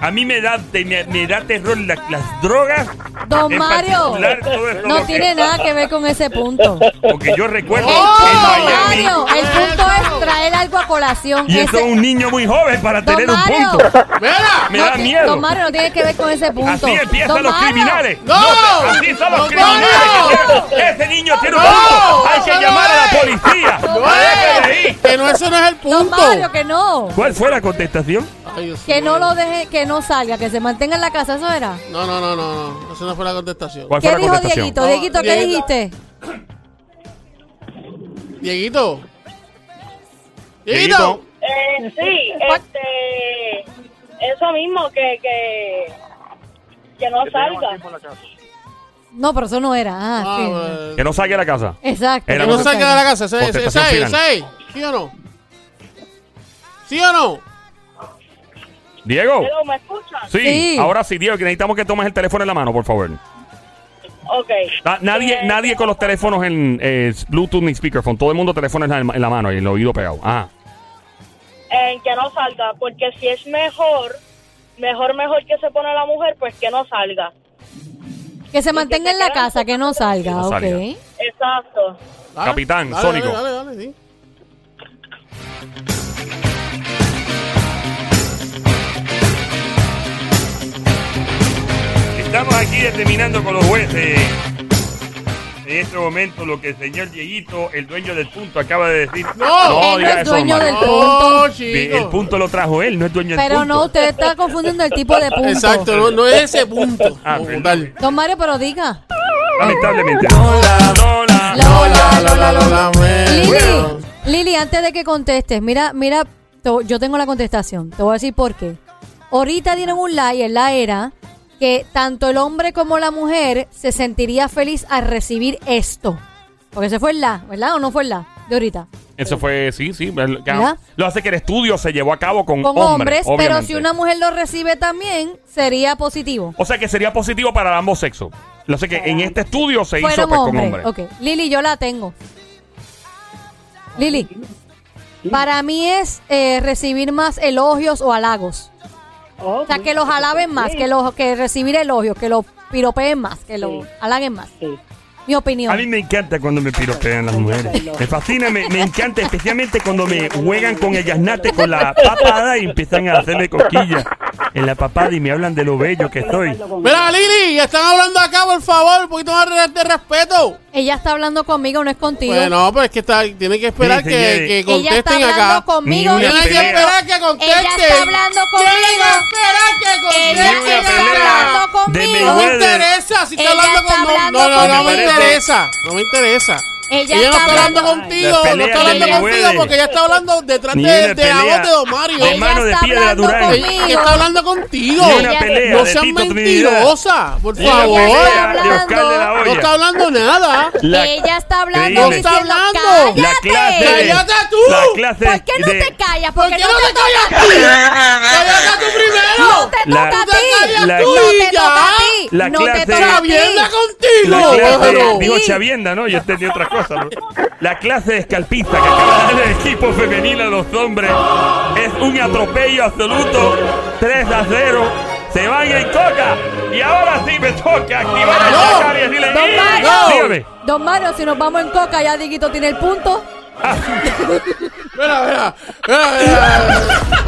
[SPEAKER 2] A mí me da, te- me, me da terror la- las drogas.
[SPEAKER 3] Don
[SPEAKER 2] en
[SPEAKER 3] Mario.
[SPEAKER 2] particular, todo eso,
[SPEAKER 3] No
[SPEAKER 2] porque-
[SPEAKER 3] tiene nada que ver con ese punto.
[SPEAKER 2] Porque yo recuerdo
[SPEAKER 3] El
[SPEAKER 5] ¡Oh!
[SPEAKER 3] punto,
[SPEAKER 2] en Miami.
[SPEAKER 3] Mario, el punto es traer algo a colación.
[SPEAKER 2] Y eso
[SPEAKER 3] Ese-
[SPEAKER 2] es un niño muy joven para
[SPEAKER 3] Don
[SPEAKER 2] tener
[SPEAKER 3] Mario.
[SPEAKER 2] un punto.
[SPEAKER 5] ¡Mira!
[SPEAKER 2] Me
[SPEAKER 3] no
[SPEAKER 2] da
[SPEAKER 3] ti-
[SPEAKER 2] miedo.
[SPEAKER 3] Don Mario no tiene que ver con ese punto.
[SPEAKER 2] Así empiezan
[SPEAKER 3] Don
[SPEAKER 2] los
[SPEAKER 3] Mario.
[SPEAKER 2] criminales.
[SPEAKER 5] ¡No!
[SPEAKER 2] te- así son los
[SPEAKER 5] ¡No,
[SPEAKER 2] criminales.
[SPEAKER 5] no!
[SPEAKER 2] Ese- Ese niño tiene un
[SPEAKER 5] ¡No!
[SPEAKER 2] punto. Hay que
[SPEAKER 5] ¡No, no
[SPEAKER 2] llamar a la
[SPEAKER 5] es!
[SPEAKER 2] policía.
[SPEAKER 3] ¡No
[SPEAKER 5] ¡Eh! Que no, eso no es el
[SPEAKER 3] Don
[SPEAKER 5] punto.
[SPEAKER 3] Mario, que no.
[SPEAKER 2] ¿Cuál fue la contestación?
[SPEAKER 5] Ay, Dios
[SPEAKER 3] Que no
[SPEAKER 5] mío.
[SPEAKER 3] lo deje, que no salga, que se mantenga en la casa, eso era.
[SPEAKER 5] No, no, no, no, no. Esa no fue la contestación.
[SPEAKER 2] ¿Cuál fue
[SPEAKER 3] ¿Qué
[SPEAKER 2] la
[SPEAKER 3] dijo
[SPEAKER 2] contestación?
[SPEAKER 3] Dieguito?
[SPEAKER 5] No,
[SPEAKER 3] Dieguito, ¿qué
[SPEAKER 5] Dieguito.
[SPEAKER 3] dijiste?
[SPEAKER 5] Dieguito.
[SPEAKER 2] Dieguito.
[SPEAKER 5] Dieguito.
[SPEAKER 6] Eh, sí, este, eso mismo, que, que, que no
[SPEAKER 9] Que tenemos
[SPEAKER 6] salga.
[SPEAKER 9] tiempo en la casa.
[SPEAKER 3] No, pero eso no era. Ah,
[SPEAKER 5] Ah,
[SPEAKER 3] sí.
[SPEAKER 5] bueno.
[SPEAKER 2] Que no salga de la casa.
[SPEAKER 3] Exacto.
[SPEAKER 2] Era
[SPEAKER 5] Que
[SPEAKER 2] una
[SPEAKER 5] no salga de la casa. Ese ese-
[SPEAKER 2] Contestación
[SPEAKER 5] ese-
[SPEAKER 2] final.
[SPEAKER 5] ese- ¿Sí o no? ¿Sí o no?
[SPEAKER 2] Diego.
[SPEAKER 6] Pero, ¿Me escuchan?
[SPEAKER 2] Sí,
[SPEAKER 3] Sí.
[SPEAKER 2] ahora sí, Diego, que necesitamos que tomes el teléfono en la mano, por favor.
[SPEAKER 6] Ok.
[SPEAKER 2] Na- nadie,
[SPEAKER 6] Eh,
[SPEAKER 2] nadie con los teléfonos en eh, Bluetooth ni speakerphone. Todo el mundo teléfono en la, en la mano y el oído pegado. Ah,
[SPEAKER 6] en que no salga, porque si es mejor, mejor, mejor que se pone la mujer, pues que no salga.
[SPEAKER 3] Que se mantenga en la casa, que no
[SPEAKER 2] Que
[SPEAKER 3] salga,
[SPEAKER 2] no
[SPEAKER 3] ok.
[SPEAKER 2] salga.
[SPEAKER 6] Exacto.
[SPEAKER 5] Dale,
[SPEAKER 2] Capitán,
[SPEAKER 5] dale,
[SPEAKER 2] Sónico.
[SPEAKER 5] Dale, dale, dale, sí.
[SPEAKER 4] Estamos aquí determinando con los jueces. En este momento, lo que el señor Dieguito, el dueño del punto, acaba de decir.
[SPEAKER 5] ¡No!
[SPEAKER 2] No,
[SPEAKER 3] Él no
[SPEAKER 2] diga
[SPEAKER 3] es
[SPEAKER 2] eso,
[SPEAKER 3] dueño
[SPEAKER 2] Mario.
[SPEAKER 3] del
[SPEAKER 5] ¡No,
[SPEAKER 3] punto.
[SPEAKER 5] Oh, chico!
[SPEAKER 2] el punto lo trajo él, no es dueño del
[SPEAKER 3] Pero
[SPEAKER 2] punto.
[SPEAKER 3] no, usted está confundiendo el tipo de punto.
[SPEAKER 5] Exacto, no, no es ese punto.
[SPEAKER 2] Ah,
[SPEAKER 5] Como
[SPEAKER 2] perdón.
[SPEAKER 5] tal.
[SPEAKER 3] Don Mario, pero diga.
[SPEAKER 2] Lamentablemente.
[SPEAKER 5] Lola,
[SPEAKER 2] Lola.
[SPEAKER 5] Lola, Lola, lo
[SPEAKER 3] Lili,
[SPEAKER 5] Eh, lamento.
[SPEAKER 3] Lili, antes de que contestes, mira, mira, to- yo tengo la contestación. Te voy a decir por qué. Ahorita dieron un like, y el la era que tanto el hombre como la mujer se sentiría feliz al recibir esto. Porque ese fue el la, ¿verdad? ¿O no fue el la? De ahorita.
[SPEAKER 2] Eso fue, sí, sí. el- que-
[SPEAKER 3] ¿Ya?
[SPEAKER 2] Lo hace que el estudio se llevó a cabo con,
[SPEAKER 3] Con hombres,
[SPEAKER 2] hombres,
[SPEAKER 3] pero
[SPEAKER 2] obviamente.
[SPEAKER 3] si una mujer lo recibe también, sería positivo.
[SPEAKER 2] O sea que sería positivo para ambos sexos. Lo sé que en este estudio se hizo
[SPEAKER 3] Fueron
[SPEAKER 2] pues, con
[SPEAKER 3] hombres.
[SPEAKER 2] hombres.
[SPEAKER 3] Ok. Lili, yo la tengo. Lili, para mí es eh, recibir más elogios o halagos. O sea, que los alaben más, que los que recibir elogios, que los piropeen más, que los halaguen más.
[SPEAKER 10] Sí.
[SPEAKER 3] Mi
[SPEAKER 4] A mí
[SPEAKER 3] opinión.
[SPEAKER 4] me encanta cuando me piropean las mujeres. Me fascina, me, me encanta, especialmente cuando me juegan con el gaznate, con la papada y empiezan a hacerme cosquillas en la papada y me hablan de lo bello que soy.
[SPEAKER 5] Mira, Lili, ya están hablando acá, por favor. Un poquito más de- de respeto.
[SPEAKER 3] Ella está hablando conmigo, no es contigo.
[SPEAKER 5] Bueno, pero es que está, tienen que esperar
[SPEAKER 4] Sí,
[SPEAKER 5] que,
[SPEAKER 4] señores.
[SPEAKER 5] que
[SPEAKER 3] Ella está
[SPEAKER 5] contesten
[SPEAKER 3] hablando
[SPEAKER 5] acá.
[SPEAKER 3] conmigo.
[SPEAKER 4] Ni una
[SPEAKER 5] Tienen que
[SPEAKER 4] pelea.
[SPEAKER 5] esperar que contesten.
[SPEAKER 3] Ella está hablando
[SPEAKER 5] Tienen
[SPEAKER 3] conmigo.
[SPEAKER 5] que esperar que
[SPEAKER 3] Ella
[SPEAKER 5] contesten.
[SPEAKER 4] Ni una
[SPEAKER 3] está
[SPEAKER 4] pelea.
[SPEAKER 3] hablando
[SPEAKER 4] De
[SPEAKER 3] conmigo.
[SPEAKER 5] No me
[SPEAKER 4] Puede.
[SPEAKER 5] interesa si está
[SPEAKER 3] Ella
[SPEAKER 5] hablando
[SPEAKER 3] está
[SPEAKER 5] con no,
[SPEAKER 3] hablando
[SPEAKER 5] no, no, no
[SPEAKER 3] conmigo.
[SPEAKER 5] me interesa, no me interesa.
[SPEAKER 3] Ella
[SPEAKER 5] Ella, no
[SPEAKER 3] está
[SPEAKER 5] está hablando
[SPEAKER 3] hablando-
[SPEAKER 5] contigo,
[SPEAKER 4] Las
[SPEAKER 5] no
[SPEAKER 4] peleas
[SPEAKER 5] está hablando
[SPEAKER 4] de
[SPEAKER 5] contigo
[SPEAKER 4] Mayweather.
[SPEAKER 5] porque ella está hablando detrás
[SPEAKER 4] Ni
[SPEAKER 5] de,
[SPEAKER 4] una
[SPEAKER 5] de la
[SPEAKER 4] pelea.
[SPEAKER 5] voz de Don Mario.
[SPEAKER 4] De
[SPEAKER 5] Ella,
[SPEAKER 4] mano de
[SPEAKER 3] está
[SPEAKER 4] piedra
[SPEAKER 3] hablando
[SPEAKER 4] Durán.
[SPEAKER 3] conmigo.
[SPEAKER 5] que está hablando contigo.
[SPEAKER 4] Ni una
[SPEAKER 3] Ella-
[SPEAKER 4] pelea
[SPEAKER 5] No
[SPEAKER 4] de
[SPEAKER 5] seas
[SPEAKER 4] Tito Trinidad.
[SPEAKER 5] mentirosa, por
[SPEAKER 4] Ni una
[SPEAKER 5] favor.
[SPEAKER 4] pelea
[SPEAKER 3] Ella
[SPEAKER 4] de
[SPEAKER 3] está
[SPEAKER 4] Oscar de la
[SPEAKER 3] hablando.
[SPEAKER 5] No está
[SPEAKER 4] Hoya.
[SPEAKER 5] hablando nada.
[SPEAKER 4] La-
[SPEAKER 3] Ella está hablando.
[SPEAKER 4] Increíble.
[SPEAKER 3] diciendo,
[SPEAKER 5] No está hablando.
[SPEAKER 4] La
[SPEAKER 3] "Cállate".
[SPEAKER 4] clase de-
[SPEAKER 5] ¡Cállate tú!
[SPEAKER 4] La clase
[SPEAKER 3] ¿Por qué no
[SPEAKER 4] de-
[SPEAKER 3] te callas?
[SPEAKER 5] ¿Por qué no te callas tú? ¡Cállate tú primero!
[SPEAKER 3] No te
[SPEAKER 4] La-
[SPEAKER 3] toca a ti.
[SPEAKER 5] callas
[SPEAKER 4] la-
[SPEAKER 5] tú
[SPEAKER 3] No
[SPEAKER 5] y
[SPEAKER 3] te toca a
[SPEAKER 5] ya.
[SPEAKER 3] ti.
[SPEAKER 2] La
[SPEAKER 3] No te
[SPEAKER 2] clase-
[SPEAKER 3] toca a ti.
[SPEAKER 5] ¡Chavienda contigo!
[SPEAKER 4] La clase
[SPEAKER 5] Bueno.
[SPEAKER 4] de, digo
[SPEAKER 3] Sí.
[SPEAKER 4] Chavienda, ¿no? Yo entendí otra cosa. ¿no? La clase de escalpista que acaba de darle el equipo femenino a los hombres es un atropello absoluto. 3 a 0.
[SPEAKER 2] Se va en el coca. Y ahora sí me toca activar el
[SPEAKER 5] No.
[SPEAKER 2] coca y decirle,
[SPEAKER 3] Don
[SPEAKER 2] "Mira,
[SPEAKER 3] Mario,
[SPEAKER 2] dígame".
[SPEAKER 3] Don Mario, si nos vamos en coca, ya Diguito tiene el punto.
[SPEAKER 5] Mira, mira, mira, mira.